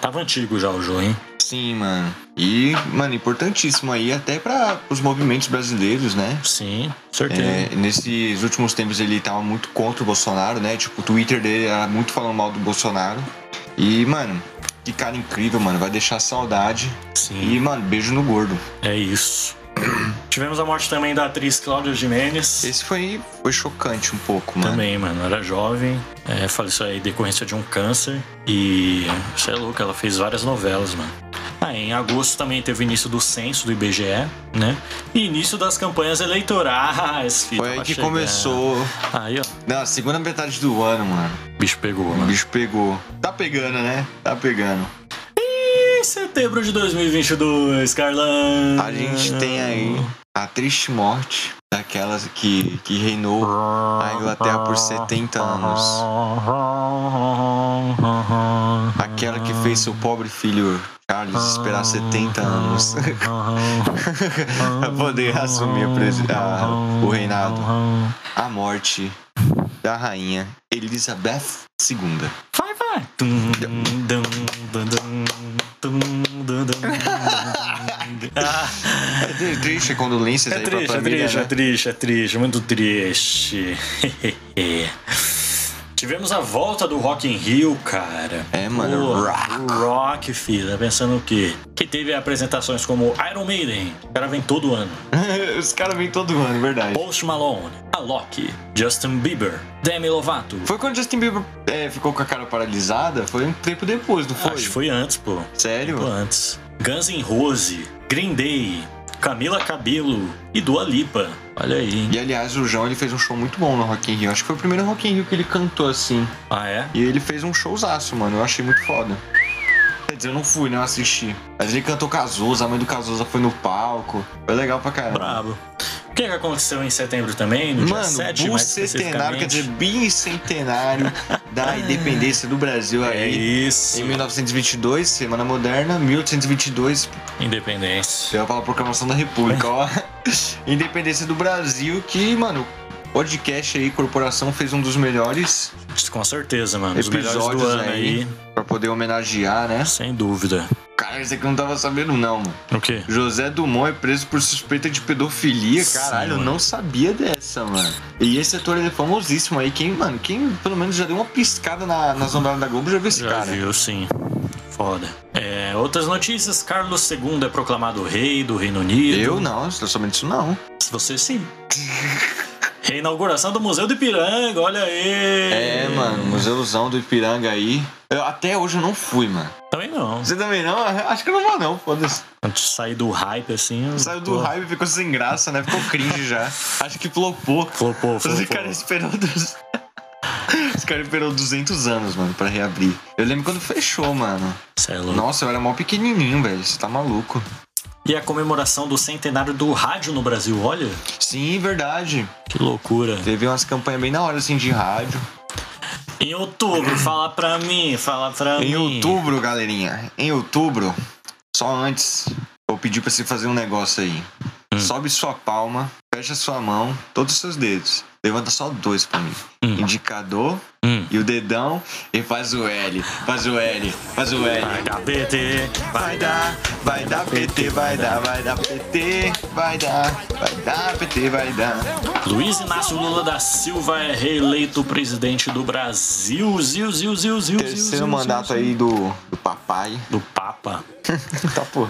S1: Tava antigo já o Jô, hein?
S2: Sim, mano. E, mano, importantíssimo aí até para os movimentos brasileiros, né?
S1: Sim, certeza.
S2: É, nesses últimos tempos ele tava muito contra o Bolsonaro, né? Tipo, o Twitter dele era muito falando mal do Bolsonaro. E, mano, que cara incrível, mano. Vai deixar saudade.
S1: Sim.
S2: E, mano, beijo no gordo.
S1: É isso. Tivemos a morte também da atriz Cláudia Jimenez.
S2: Esse foi, foi chocante um pouco, mano.
S1: Também, mano, era jovem, é, faleceu aí decorrência de um câncer e você é louco, ela fez várias novelas, mano. Ah, em agosto também teve início do censo do IBGE, né? E início das campanhas eleitorais, filho.
S2: Foi aí
S1: tava
S2: que
S1: chegando.
S2: começou.
S1: Aí, ó,
S2: Na segunda metade do ano, mano.
S1: o bicho pegou,
S2: O
S1: mano.
S2: bicho pegou. Tá pegando, né? Tá pegando.
S1: E em setembro de 2022, Carlão.
S2: A gente tem aí a triste morte daquelas que, que reinou a Inglaterra por 70 anos. Aquela que fez seu pobre filho Charles esperar
S1: Ah,
S2: 70 anos [laughs] pra poder assumir a presi- a- o reinado. A morte da rainha Elizabeth II.
S1: Vai, vai. Ah,
S2: É tri- triste condolências
S1: É
S2: aí pra
S1: triste, é
S2: família,
S1: triste, é
S2: né?
S1: triste, é triste, muito triste. [laughs] Tivemos a volta do Rock in Rio, cara.
S2: É, mano,
S1: Pô,
S2: rock.
S1: Rock, filho. Tá pensando o quê? Que teve apresentações como Iron Maiden, o cara vem todo ano.
S2: [laughs] Os caras vêm todo ano, é verdade.
S1: Post Malone, Alok, Justin Bieber, Demi Lovato.
S2: Foi quando Justin Bieber é, ficou com a cara paralisada? Foi um tempo depois, não foi?
S1: Acho que foi antes, pô.
S2: Sério?
S1: Pô, antes. Guns N' Rose, Green Day, Camila Cabello e Dua Lipa. Olha aí. hein?
S2: E aliás, o João ele fez um show muito bom no Rock in Rio. Acho que foi o primeiro Rock in Rio que ele cantou assim.
S1: Ah, é?
S2: E ele fez um showzaço, mano. Eu achei muito foda. Quer dizer, eu não fui, né? Eu assisti. Mas ele cantou Cazuza, a mãe do Cazuza foi no palco. Foi legal pra caramba.
S1: Brabo. O que, que aconteceu em setembro também? No dia
S2: Mano,
S1: 7, mais
S2: bicentenário, quer dizer,
S1: especificamente? [laughs]
S2: bicentenário da independência do Brasil
S1: É
S2: aí.
S1: isso.
S2: Em 1922, Semana Moderna, 1822,
S1: Independência.
S2: pela Proclamação da República, ó. [laughs] Independência do Brasil, que, mano, o podcast aí, Corporação, fez um dos melhores
S1: Isso Com certeza, mano. Os melhores do
S2: Episódios
S1: ano aí.
S2: pra poder homenagear, né?
S1: Sem dúvida.
S2: Cara, isso aqui eu não tava sabendo, não, mano.
S1: O quê?
S2: José Dumont é preso por suspeita de pedofilia.
S1: Sim,
S2: Caralho, eu
S1: mano.
S2: não sabia dessa, mano. E esse ator, ele é famosíssimo aí. Quem, mano, quem pelo menos já deu uma piscada na, nas novelas da Globo já viu esse
S1: Já
S2: cara.
S1: viu, sim. Foda. É, outras notícias. Carlos II é proclamado rei do Reino Unido.
S2: Eu não, não somente isso não.
S1: Você sim. [laughs] Reinauguração do Museu do Ipiranga, olha aí!
S2: É, mano, museuzão do Ipiranga aí. Eu- até hoje eu não fui, mano.
S1: Também não.
S2: Você também não? Acho que eu não vou não, foda-se.
S1: Antes de sair do hype assim. eu-
S2: Saiu do
S1: pô,
S2: hype, ficou sem graça, né? Ficou cringe já. Acho que flopou.
S1: Flopou,
S2: Os
S1: flopou.
S2: caras esperou dos... [laughs] Os caras esperou 200 anos, mano, pra reabrir. Eu lembro quando fechou, mano.
S1: Cê é louco.
S2: Nossa, eu era mó pequenininho, velho. Você tá maluco.
S1: E a comemoração do centenário do rádio no Brasil, olha.
S2: Sim, verdade.
S1: Que loucura.
S2: Teve umas campanhas bem na hora, assim, de rádio.
S1: Em outubro, fala pra mim, fala pra
S2: Em
S1: mim.
S2: outubro, galerinha. Em outubro, só antes, vou pedir pra você fazer um negócio aí. Sobe sua palma, fecha sua mão, todos os seus dedos. Levanta só dois pra mim.
S1: Hum.
S2: Indicador
S1: Hum.
S2: E o dedão, e faz o L, faz o L, faz o L.
S1: Vai dar PT,
S2: Vai dar, vai dar PT, vai dar, vai dar PT, vai dar, vai dar PT, vai dar.
S1: Luiz Inácio Lula da Silva é reeleito presidente do Brasil. Ziu, ziu, ziu, ziu, ziu,
S2: Terceiro
S1: ziu,
S2: mandato
S1: ziu,
S2: aí do, do
S1: [laughs]
S2: papai.
S1: ziu. Do Papa.
S2: Tá, pô.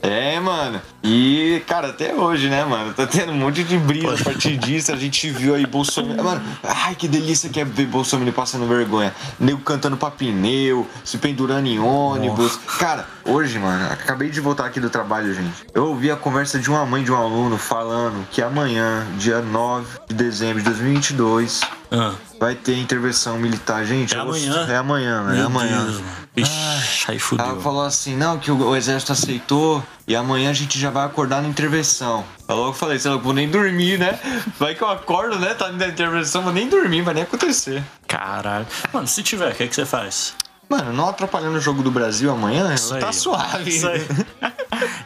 S2: É, mano. E, cara, até hoje, né, mano? Tá tendo um monte de briga partidista. A gente viu aí Bolsonaro. É, Mano, ai, que delícia que é ver Bolsonaro passando vergonha. Nego cantando pra pneu, se pendurando em ônibus. Cara, hoje, mano, acabei de voltar aqui do trabalho, gente. Eu ouvi a conversa de uma mãe de um aluno falando que amanhã, dia 9 de dezembro de 2022,
S1: Ah,
S2: vai ter intervenção militar. Gente,
S1: É
S2: eu vou-
S1: amanhã?
S2: É amanhã, velho. É
S1: meu
S2: amanhã.
S1: Deus, mano. Ixi, aí fudeu.
S2: Ela falou assim, não, que o, o exército aceitou e amanhã a gente já vai acordar na intervenção. Tá Eu logo falei, sei lá, eu vou nem dormir, né? [laughs] Vai que eu acordo, né? Tá na intervenção, vou nem dormir, vai nem acontecer.
S1: Caralho. Mano, se tiver, o que, é que você faz?
S2: Mano, não atrapalhando o jogo do Brasil amanhã,
S1: Isso
S2: tá
S1: aí.
S2: suave.
S1: Isso aí.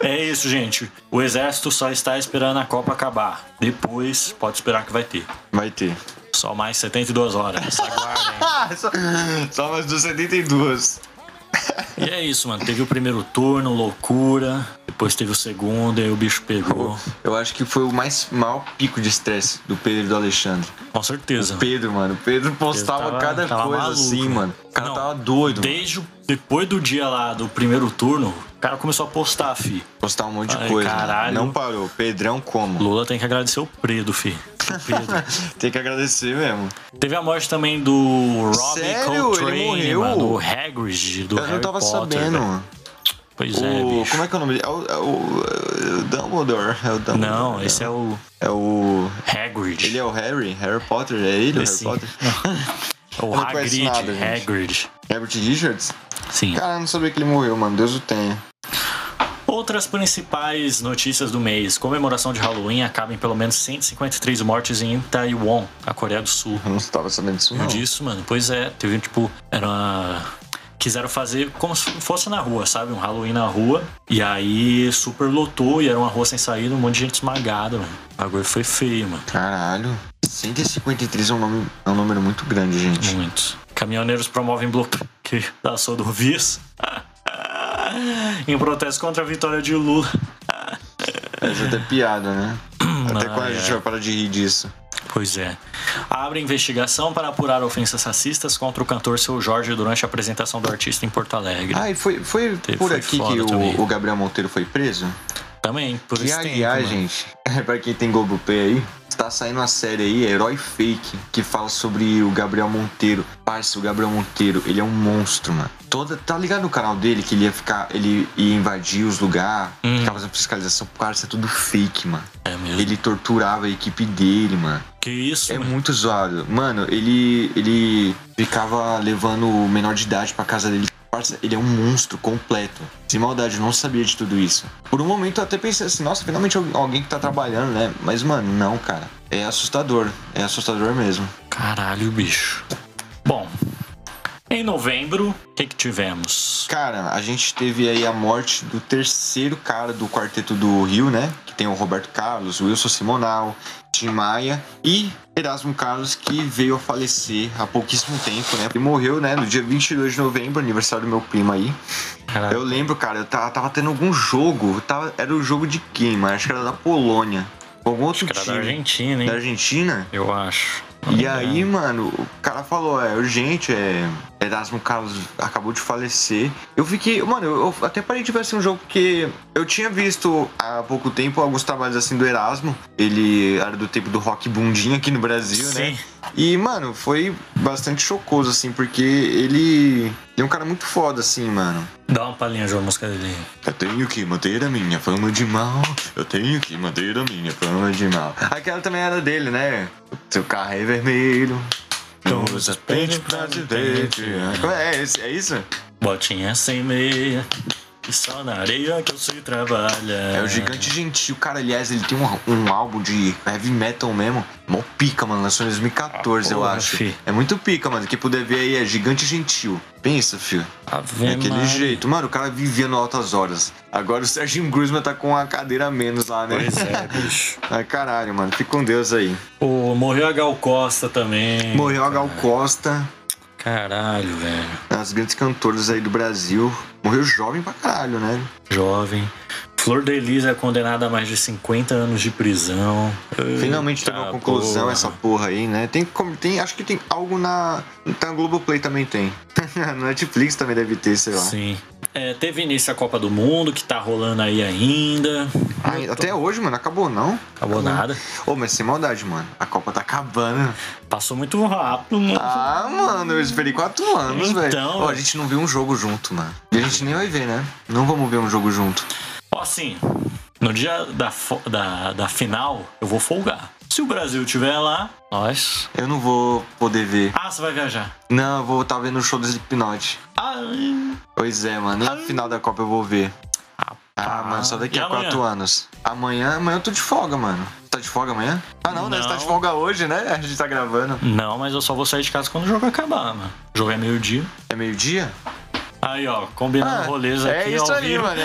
S1: É isso, gente. O exército só está esperando a Copa acabar. Depois, pode esperar que vai ter.
S2: [laughs] Vai ter.
S1: Só mais 72 horas. Aguardem.
S2: Ah, só, só mais dos 72.
S1: E é isso, mano. Teve o primeiro turno, loucura. Depois teve o segundo, e aí o bicho pegou.
S2: Eu acho que foi o mais maior pico de estresse do Pedro e do Alexandre.
S1: Com certeza.
S2: Pedro, mano, o Pedro postava
S1: Ele tava-
S2: cada
S1: tava
S2: coisa
S1: maluco.
S2: assim, mano. O cara
S1: Não,
S2: tava doido. mano.
S1: Desde o- depois do dia lá do primeiro turno, o cara começou a postar, fi.
S2: Postar um monte de
S1: Ai,
S2: coisa.
S1: caralho.
S2: Não parou. Pedrão como?
S1: Lula tem que agradecer o Predo, fi. O Pedro.
S2: [laughs] Tem que agradecer mesmo.
S1: Teve a morte também do Robbie
S2: Sério? Ele
S1: Coltrane,
S2: morreu?
S1: mano, do Hagrid, do
S2: eu
S1: Harry
S2: não tava
S1: Potter,
S2: sabendo.
S1: velho. Pois é,
S2: O,
S1: bicho.
S2: como é que é o nome dele? É o, é o, é o Dumbledore. É o Dumbledore.
S1: Não, esse é o
S2: É o.
S1: Hagrid.
S2: Ele é o Harry? Harry Potter? É ele o Harry
S1: Sim.
S2: Potter?
S1: [laughs] É o
S2: não conheço
S1: Hagrid,
S2: nada, gente.
S1: Hagrid.
S2: Herbert Richards?
S1: Sim.
S2: Cara, eu não sabia que ele morreu, mano. Deus o tenha.
S1: Outras principais notícias do mês. Comemoração de Halloween acaba em pelo menos 153 mortes em Taiwan, a Coreia do Sul.
S2: Eu não tava sabendo disso, não.
S1: Viu disso, mano? Pois é, teve tipo. Era uma... Quiseram fazer como se fosse na rua, sabe? Um Halloween na rua. E aí super lotou e era uma rua sem saída, um monte de gente esmagada, mano. O bagulho foi feio, mano.
S2: Caralho. 153 é um, nome, é um número muito grande, gente.
S1: Muitos. Caminhoneiros promovem bloqueio das rodovias. [laughs] em protesto contra a vitória de Lula.
S2: Mas até piada, né? Até
S1: Não,
S2: quando a
S1: é.
S2: gente vai parar de rir disso?
S1: Pois é. Abre investigação para apurar ofensas racistas contra o cantor Seu Jorge durante a apresentação do artista em Porto Alegre.
S2: Ah, e foi, foi
S1: Teve-
S2: por
S1: foi
S2: aqui que
S1: foda também.
S2: o, o Gabriel Monteiro foi preso?
S1: Também, por
S2: Que
S1: esse tempo,
S2: aliás,
S1: mano.
S2: gente, [laughs] pra quem tem Globoplay aí, tá saindo uma série aí, Herói Fake, que fala sobre o Gabriel Monteiro. Parça, o Gabriel Monteiro, ele é um monstro, mano. Toda, tá ligado no canal dele que ele ia ficar, ele ia invadir os lugares,
S1: Hum.
S2: ficava fazendo fiscalização, parça, é tudo fake, mano.
S1: É mesmo.
S2: Ele torturava a equipe dele, mano.
S1: Que isso,
S2: É
S1: mano.
S2: muito zoado. Mano, ele ele ficava levando o menor de idade pra casa dele. Parça, ele é um monstro completo. Sem maldade, eu não sabia de tudo isso. Por um momento eu até pensei assim, nossa, finalmente al- alguém que tá trabalhando, né? Mas, mano, não, cara. É assustador. É assustador mesmo.
S1: Caralho, bicho. Bom, em novembro, o que, que tivemos?
S2: Cara, a gente teve aí a morte do terceiro cara do quarteto do Rio, né? Que tem o Roberto Carlos, o Wilson Simonal, Tim Maia e Erasmo Carlos, que veio a falecer há pouquíssimo tempo, né? Ele morreu, né? No dia 22 de novembro, aniversário do meu primo aí.
S1: Caralho.
S2: Eu lembro, cara, eu tava, tava tendo algum jogo. Tava, era o jogo de quem, mano? Acho que era da Polônia. Algum outro
S1: Era da
S2: time.
S1: Argentina, hein?
S2: Da Argentina?
S1: Eu acho.
S2: E aí, mano, o cara falou, é urgente, é. Erasmo Carlos acabou de falecer. Eu fiquei. Mano, eu, eu até parei de ver assim um jogo porque eu tinha visto há pouco tempo alguns trabalhos assim do Erasmo. Ele era do tempo do rock bundinha aqui no Brasil, né?
S1: Sim.
S2: E, mano, foi bastante chocoso, assim, porque ele. Ele é um cara muito foda, assim, mano.
S1: Dá uma palhinha de uma música dele.
S2: Eu tenho que manter a minha fama de mal. Eu tenho que manter a minha fama de mal. Aquela também era dele, né? Seu carro é vermelho. Não usa pente pra dente. É, esse- é isso?
S1: Botinha sem meia. E só na areia que eu sei trabalha.
S2: É o Gigante Gentil. Cara, aliás, ele tem um, um álbum de heavy metal mesmo. Mó pica, mano. Lançou em 2014,
S1: Ah,
S2: eu
S1: porra,
S2: acho.
S1: fi.
S2: É muito pica, mano. Quem puder ver aí é Gigante Gentil. Pensa, filho.
S1: Ave
S2: É aquele
S1: Maria.
S2: jeito. Mano, o cara vivia no Altas Horas. Agora o Serginho Gruzman tá com uma cadeira a menos lá, né?
S1: Pois é, bicho.
S2: Ai, caralho, mano. Fica com Deus aí.
S1: Pô, morreu a Gal Costa também.
S2: Morreu a Gal Costa.
S1: Caralho, velho.
S2: As grandes cantoras aí do Brasil. Morreu jovem pra caralho, né?
S1: Jovem. Flor de Lis é condenada a mais de 50 anos de prisão.
S2: Finalmente teve
S1: Eita
S2: uma conclusão
S1: porra.
S2: essa porra aí, né? Tem, como- tem, acho que tem algo na. Tá no Globoplay também tem. [laughs] no Netflix também deve ter, sei lá.
S1: Sim. É, teve início a Copa do Mundo, que tá rolando aí ainda.
S2: Ah, até hoje, mano, acabou não?
S1: Acabou nada.
S2: Ô, mas sem maldade, mano. A Copa tá acabando.
S1: Passou muito rápido, mano.
S2: Ah, mano, eu esperei quatro anos,
S1: Então,
S2: velho. Ó, a
S1: velho.
S2: gente não viu um jogo junto, mano. E a gente nem vai ver, né? Não vamos ver um jogo junto.
S1: Ó, assim, no dia da, fo- da, da final, eu vou folgar. Se o Brasil tiver lá, nós.
S2: Eu não vou poder ver.
S1: Ah, você vai viajar.
S2: Não, eu vou estar vendo o show do Slipknot.
S1: Ah,
S2: Pois é, mano. Na final da Copa eu vou ver. Ah, mano, só daqui
S1: E
S2: a
S1: amanhã?
S2: quatro anos. Amanhã, amanhã eu tô de folga, mano. Tá de folga amanhã? Ah, não, né? Você tá
S1: Não.
S2: de folga hoje, né? A gente tá gravando.
S1: não, mas eu só vou sair de casa quando o jogo acabar, mano. O jogo é meio-dia.
S2: É meio-dia?
S1: Aí, ó, combinando
S2: Ah,
S1: rolês
S2: é
S1: Tá um aqui
S2: isso
S1: ao
S2: aí,
S1: vivo.
S2: mano. É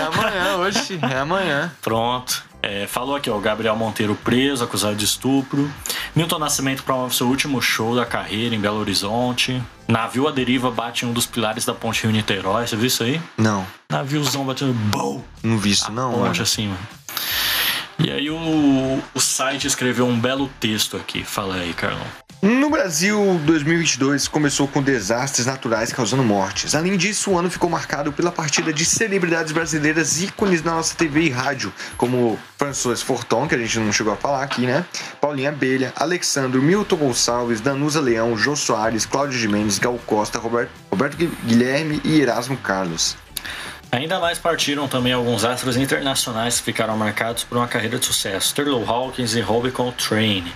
S1: [laughs]
S2: amanhã, hoje. É amanhã.
S1: Pronto. É, falou aqui, ó, Gabriel Monteiro preso, acusado de estupro. Milton Nascimento promove seu último show da carreira em Belo Horizonte. Navio à deriva bate em um dos pilares da ponte Rio-Niterói. Você viu isso aí?
S2: Não,
S1: Naviozão batendo bom,
S2: não vi isso, não, mano.
S1: ponte assim, mano. E aí o, o site escreveu um belo texto aqui. Fala aí, Carlão.
S2: No Brasil, 2022 começou com desastres naturais causando mortes. Além disso, o ano ficou marcado pela partida de celebridades brasileiras ícones na nossa TV e rádio, como François Forton, que a gente não chegou a falar aqui, né? Paulinha Abelha, Alexandro, Milton Gonçalves, Danusa Leão, Jô Soares, Cláudio de Mendes, Gal Costa, Roberto, Roberto Gui- Guilherme e Erasmo Carlos.
S1: Ainda mais partiram também alguns astros internacionais que ficaram marcados por uma carreira de sucesso: Turtle Hawkins e Robbie Coltrane.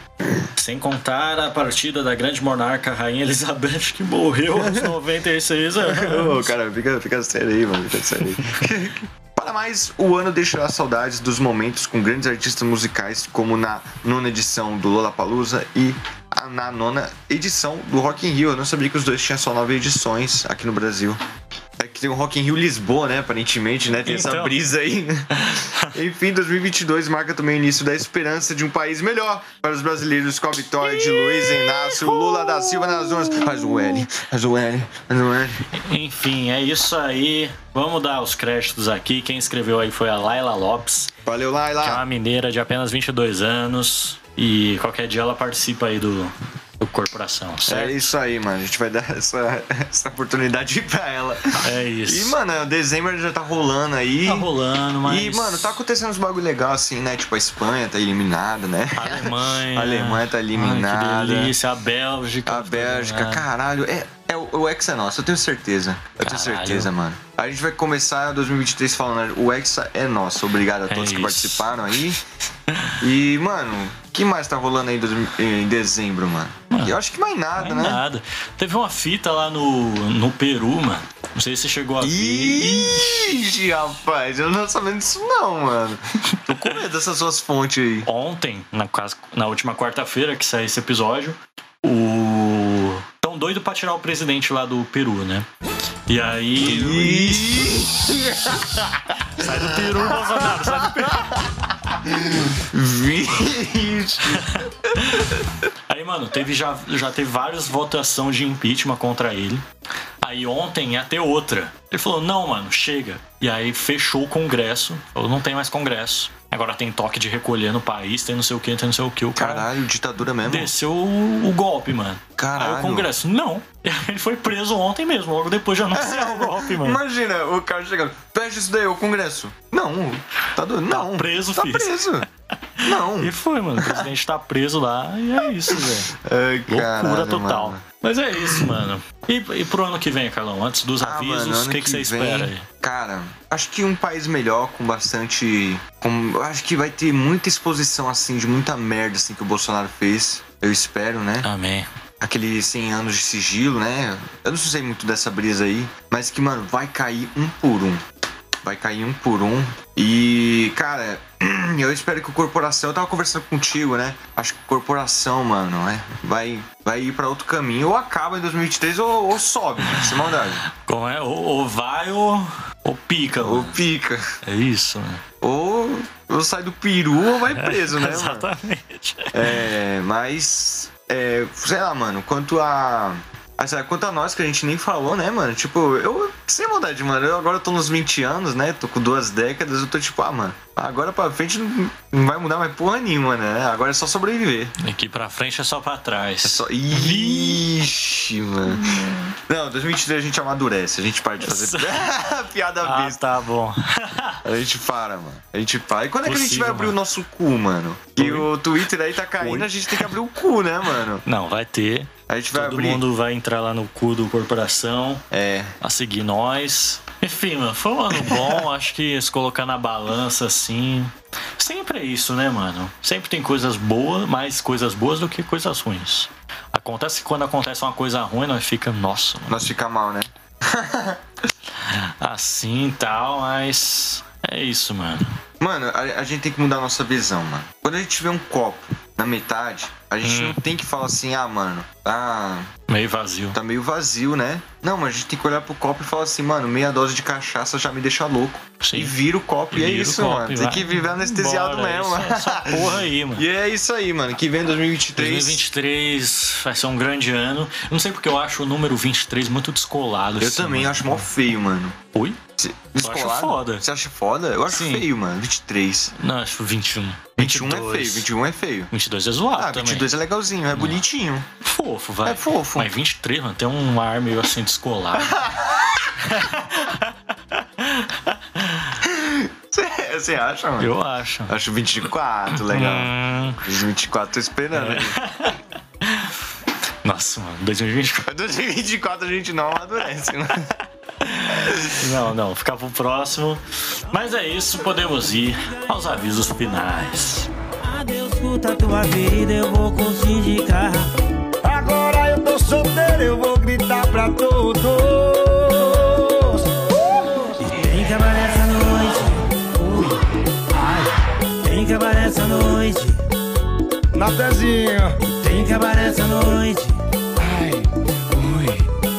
S1: Sem contar a partida da grande monarca Rainha Elizabeth, que morreu
S2: [laughs]
S1: aos 96
S2: Ô,
S1: anos.
S2: cara, fica, fica sério aí, mano. Fica sério aí. Para mais, o ano deixará saudades dos momentos com grandes artistas musicais, como na nona edição do Lollapalooza e a- na nona edição do Rock in Rio. Eu não sabia que os dois tinham só nove edições aqui no Brasil. É que tem o Rock in Rio Lisboa, né? Aparentemente, né? Tem essa
S1: Então.
S2: brisa aí. Enfim, 2022 marca também o início da esperança de um país melhor para os brasileiros com a vitória de Luiz Inácio Lula da Silva nas urnas. Faz o L, faz o L, faz o L.
S1: Enfim, é isso aí. Vamos dar os créditos aqui. Quem escreveu aí foi a Laila Lopes,
S2: Valeu, Laila.
S1: que é uma mineira de apenas 22 anos. E qualquer dia ela participa aí do, do Corporação,
S2: É
S1: certo?
S2: isso aí, mano. A gente vai dar [laughs] essa, essa oportunidade pra ela.
S1: É isso.
S2: E, mano, dezembro já tá rolando aí.
S1: tá rolando, mas.
S2: E, mano, tá acontecendo uns bagulho legal assim, né? Tipo, a Espanha tá eliminada, né?
S1: A Alemanha.
S2: A Alemanha tá eliminada.
S1: Ai, que delícia. A Bélgica.
S2: A Bélgica, caralho. É, é o, o Hexa é nosso, eu tenho certeza. Eu tenho
S1: Caralho.
S2: certeza, mano. A gente vai começar 2023 falando, o Hexa é nosso. Obrigado a todos que
S1: isso.
S2: participaram aí. E, mano, o que mais tá rolando aí em dois- em dezembro, mano? Eu acho que mais nada,
S1: Não é
S2: né?
S1: nada. Teve uma fita lá no, no Peru, mano. Não sei se você chegou a ver.
S2: Ixi, rapaz, eu não tô sabendo disso não, mano. Tô com medo dessas suas fontes aí.
S1: Ontem, na, quase- na última quarta-feira que saiu esse episódio, o. Tão doido pra tirar o presidente lá do Peru, né? E aí. Sai do Peru, Bolsonaro, sai do Peru.
S2: Vixe.
S1: Aí, mano, teve já, já teve várias votações de impeachment contra ele. Aí ontem ia ter outra. Ele falou, não, mano, chega. E aí fechou o Congresso. Falou, não tem mais Congresso. Agora tem toque de recolher no país, tem não sei o que, tem não sei o que. O cara
S2: Caralho, ditadura mesmo.
S1: desceu o, o golpe, mano. Aí o
S2: Caralho.
S1: Congresso, não. [laughs] Ele foi preso ontem mesmo, logo depois de anunciar o golpe, mano.
S2: Imagina o cara chegando, fecha isso daí, é o Congresso. Não, tá doido. Não.
S1: preso,
S2: Tá
S1: filho.
S2: preso. Não.
S1: [laughs] E foi, mano. O presidente tá preso lá e é isso, velho.
S2: Ai,
S1: Loucura
S2: caralho,
S1: total.
S2: mano.
S1: Mas é isso, mano. E, e pro ano que vem, Carlão? Antes dos
S2: Ah,
S1: avisos,
S2: mano, ano
S1: o que, que você
S2: vem,
S1: espera aí?
S2: Cara, acho que um país melhor, com bastante. Com, acho que vai ter muita exposição, assim, de muita merda, assim, que o Bolsonaro fez. Eu espero, né?
S1: Amém.
S2: Aqueles 100 anos de sigilo, né? Eu não sei muito dessa brisa aí, mas que, mano, vai cair um por um. Vai cair um por um. E, cara, [clears throat] eu espero que o corporação. Eu tava conversando contigo, né? Acho que o corporação, mano, é, vai, vai ir pra outro caminho. Ou acaba em 2023 ou, ou sobe, né? sem maldade.
S1: Como é? Ou, ou vai ou, ou pica,
S2: Ou
S1: mano.
S2: pica.
S1: É isso, mano.
S2: Ou, ou sai do peru ou vai preso, né, mano?
S1: Exatamente.
S2: É, mas. é, sei lá, mano, quanto a. Mas é, quanto a nós que a gente nem falou, né, mano? Tipo, eu. Sem maldade, mano. Eu agora tô nos 20 anos, né? Tô com duas décadas. Eu tô tipo, ah, mano. Agora pra frente não não vai mudar mais porra nenhuma, né? Agora é só sobreviver.
S1: Daqui pra frente é só pra trás.
S2: É só. Ixi, mano. Não, 2023 a gente amadurece. A gente para de fazer [laughs] piada
S1: Ah,
S2: besta.
S1: tá bom.
S2: A gente para, mano. A gente para. E quando é que a gente
S1: Possível,
S2: vai abrir o
S1: mano.
S2: nosso cu, mano? Que o Twitter aí tá caindo,
S1: Oi?
S2: a gente tem que abrir o cu, né, mano?
S1: Não, vai ter.
S2: A gente vai
S1: Todo
S2: abrir.
S1: mundo vai entrar lá no cu do corporação,
S2: É.
S1: a seguir nós. Enfim, mano, foi um ano bom. [laughs] acho que se colocar na balança assim. Sempre é isso, né, mano? Sempre tem coisas boas, mais coisas boas do que coisas ruins. Acontece que quando acontece uma coisa ruim, nós fica, nossa, mano,
S2: Nós fica mal, né?
S1: assim e tal, mas. É isso, mano.
S2: Mano, a, a gente tem que mudar a nossa visão, mano. Quando a gente vê um copo na metade, a gente
S1: Hum.
S2: não tem que falar assim, ah, mano, tá,
S1: Meio vazio.
S2: tá meio vazio, né? Não, mas a gente tem que olhar pro copo e falar assim, mano, meia dose de cachaça já me deixa louco. E
S1: Sim.
S2: vira o copo, e é
S1: Vira o
S2: isso,
S1: copo
S2: mano.
S1: e
S2: Tem
S1: vai.
S2: que viver anestesiado
S1: Bora,
S2: mesmo. [laughs]
S1: isso- Essa porra aí, mano.
S2: E é isso aí, mano. Que vem 2023.
S1: 2023 vai ser um grande ano. Eu não sei porque eu acho o número 23 muito descolado.
S2: Eu
S1: assim,
S2: também
S1: mano.
S2: acho mó feio, mano.
S1: Oi?
S2: Se-
S1: Eu acho
S2: descolado?
S1: foda.
S2: Você acha foda? Eu acho
S1: Sim.
S2: feio, mano. 23.
S1: Não, acho 21.
S2: 21
S1: 22.
S2: é feio, 21 é feio.
S1: 22 é zoado
S2: Ah,
S1: também.
S2: 22 é legalzinho, é bonitinho.
S1: Fofo, vai.
S2: É fofo.
S1: Mas 23, mano, tem um ar meio assim
S2: [laughs]
S1: descolado.
S2: Você você acha, mano?
S1: eu acho.
S2: Acho 24 legal.
S1: Hum,
S2: Os 24 tô esperando.
S1: É. nossa, mano, 2024.
S2: Mas 2024 a gente não amadurece, né?
S1: Não, não, ficar pro próximo. Mas é isso, podemos ir aos avisos finais.
S3: Adeus, escuta tua vida, eu vou consindicar. Agora eu tô solteiro, eu vou gritar pra todos. Tem cabaré essa noite. Ui, ai. Tem cabaré essa noite. Natanzinho. Tem cabaré essa noite. Ai, ui.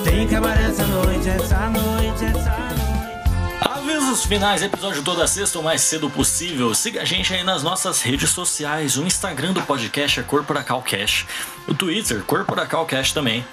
S3: Tem cabaré essa noite, essa noite, essa noite.
S1: Avisos finais, episódio toda sexta o mais cedo possível. Siga a gente aí nas nossas redes sociais. O Instagram do podcast é CorporacalCast. O Twitter, CorporacalCast também.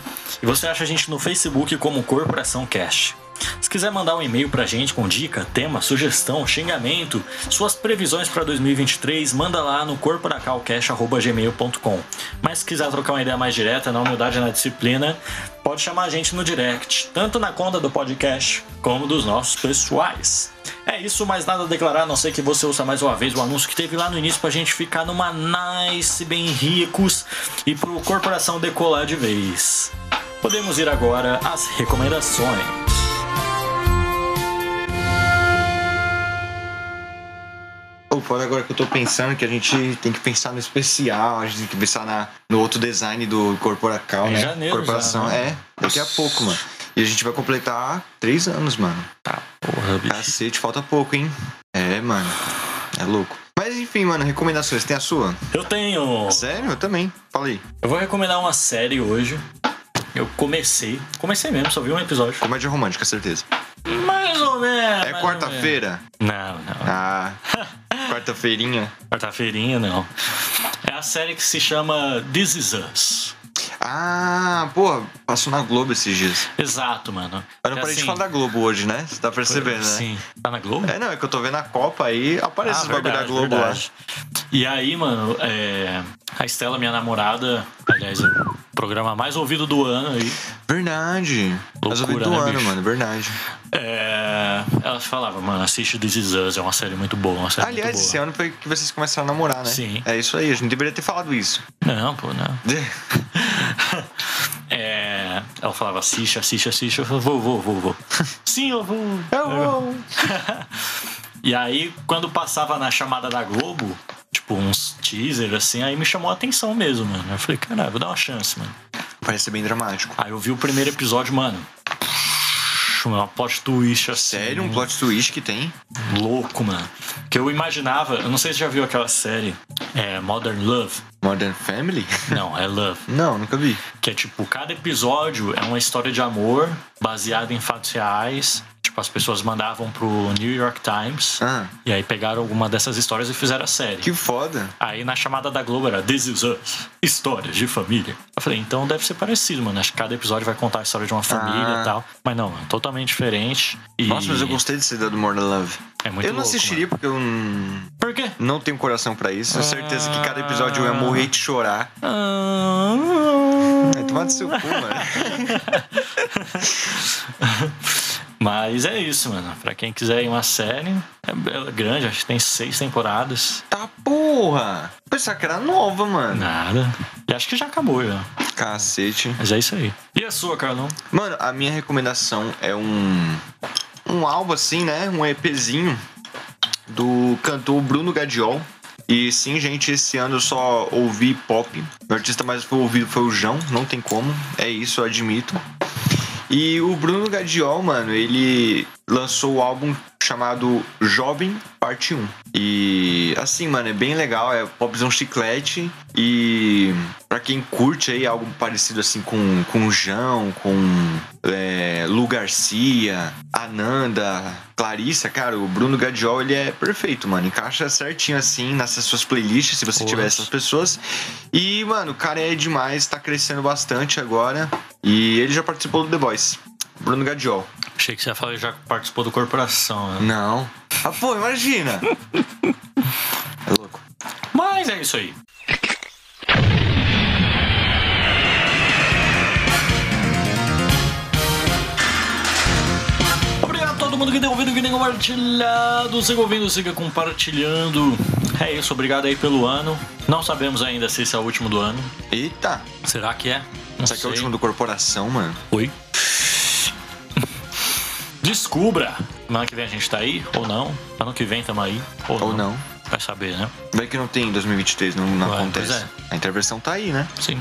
S1: E você acha a gente no Facebook como Corporação Cast. Se quiser mandar um e-mail pra gente com dica, tema, sugestão, xingamento, suas previsões pra 2023, manda lá no corporacalcast.gmail.com. Mas se quiser trocar uma ideia mais direta, na humildade e na disciplina, pode chamar a gente no direct, tanto na conta do podcast como dos nossos pessoais. É isso, mais nada a declarar, a não ser que você ouça mais uma vez o anúncio que teve lá no início pra gente ficar numa nice, bem ricos e pro corporação decolar de vez. Podemos ir agora às recomendações.
S2: O foda agora que eu tô pensando que a gente tem que pensar no especial, a gente tem que pensar na, no outro design do Corporacal,
S1: É
S2: né?
S1: janeiro
S2: Corporação,
S1: já, né?
S2: é, daqui a pouco, mano. E a gente vai completar três anos, mano.
S1: Porra, bicho.
S2: Cacete, falta pouco, hein? É, mano. É louco. Mas enfim, mano, recomendações. Tem a sua?
S1: Eu tenho.
S2: Sério? Eu também. Falei.
S1: Eu vou recomendar uma série hoje. Eu comecei. Comecei mesmo, só vi um episódio.
S2: Comédia romântica, certeza.
S1: Mais ou menos.
S2: é
S1: mais ou
S2: quarta-feira?
S1: menos. Não, não.
S2: Ah, quarta-feirinha.
S1: Quarta-feirinha, não. É a série que se chama This Is Us.
S2: Ah, porra, passou na Globo esses dias.
S1: Exato, mano.
S2: Eu não parei de falar da Globo hoje, né? Você tá percebendo, né?
S1: É assim. Sim. Tá na Globo? Ah,
S2: É, não, é que eu tô vendo a Copa aí, aparece os bagulho da Globo
S1: verdade. E aí, mano, é, a Estela, minha namorada, aliás, é o programa mais ouvido do ano aí.
S2: lá. Verdade. Mas eu vi
S1: Loucura,
S2: do
S1: né,
S2: ano,
S1: bicho? Tá
S2: mano, verdade.
S1: É, ela falava, mano, assiste This Is Us, é uma série muito boa. Uma série
S2: Aliás,
S1: muito
S2: esse
S1: boa.
S2: ano foi que vocês começaram a namorar, né?
S1: Sim.
S2: É isso aí, a gente deveria ter falado isso. [laughs]
S1: Não, pô, não. [laughs] É, ela falava, assiste, assiste, assiste. Eu falava, vou, vou, vou, [laughs] vou. Sim, eu vou.
S2: Eu vou.
S1: [laughs] E aí, quando passava na chamada da Globo, tipo, uns teaser, assim, aí me chamou a atenção mesmo, mano. Eu falei, caralho, vou dar uma chance, mano.
S2: Parece ser bem dramático.
S1: Aí eu vi o primeiro episódio, mano. Uma plot twist assim.
S2: Sério, um plot twist que tem?
S1: Louco, mano. Que eu imaginava, eu não sei se você já viu aquela série é, Modern Love.
S2: Modern Family?
S1: Não, é Love.
S2: Não, nunca vi.
S1: Que é tipo, cada episódio é uma história de amor baseada em fatos reais. Tipo, as pessoas mandavam pro New York Times
S2: Ah.
S1: e aí pegaram alguma dessas histórias e fizeram a série.
S2: Que foda.
S1: Aí na chamada da Globo era This is Us, histórias de família. Eu falei, então deve ser parecido, mano. Acho que cada episódio vai contar a história de uma família
S2: Ah.
S1: e tal. Mas não, mano, totalmente diferente. E
S2: Nossa, mas eu gostei desse ideia do Modern Love.
S1: É muito
S2: eu não
S1: louco,
S2: assistiria porque eu hum,
S1: mano. Por quê?
S2: não tenho coração pra isso. Tenho certeza que cada episódio eu ia morrer de chorar.
S1: Ah.
S2: É, tomar do seu cu, mano.
S1: [laughs] Mas é isso, mano. Pra quem quiser ir uma série, é bela- grande, acho que tem seis temporadas.
S2: [laughs] Tá porra! Pensar que era nova, mano.
S1: Nada. E acho que já acabou, já.
S2: Cacete.
S1: Mas é isso aí. E a sua, Carlão?
S2: Mano, a minha recomendação é um. Um álbum assim, né? Um EPzinho do cantor Bruno Gadiol. E sim, gente, esse ano eu só ouvi pop. O artista mais ouvido foi o João, não tem como. É isso, eu admito. E o Bruno Gadiol, mano, ele lançou o álbum chamado Jovem Parte 1. E assim, mano, é bem legal, é popzão chiclete. E pra quem curte aí algo parecido assim com, com o Jão, com é, Lu Garcia, Ananda, Clarissa, cara, o Bruno Gadiol ele é perfeito, mano. Encaixa certinho assim nessas suas playlists, se você
S1: Porra.
S2: tiver essas pessoas. E, mano, o cara é demais, tá crescendo bastante agora. E ele já participou do The Voice. Bruno Gadiol.
S1: Achei que você ia falar que já participou do Corporação, né?
S2: Não. Ah, pô, imagina! é louco.
S1: Mas é isso aí. Obrigado a todo mundo que tem ouvido, que tem compartilhado. Siga ouvindo, siga compartilhando. É isso, obrigado aí pelo ano. Não sabemos ainda se esse é o último do ano.
S2: Eita!
S1: Será que é? Não
S2: Será que é
S1: sei.
S2: o último do Corporação, mano?
S1: Oi? Descubra! Ano que vem a gente tá aí, ou não. Ano que vem tamo aí, ou,
S2: Ou não.
S1: Vai saber, né?
S2: Vai que não tem em 2023, não, não
S1: Ué,
S2: acontece.
S1: pois é.
S2: A intervenção tá aí, né?
S1: Sim.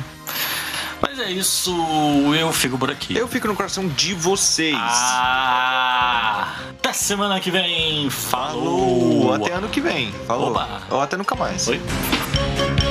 S1: Mas é isso, eu fico por aqui.
S2: Eu fico no coração de vocês.
S1: Ah! Até semana que vem! Falou!
S2: Falou! Até ano que vem. Falou.
S1: Oba.
S2: Ou até nunca mais.
S1: Oi?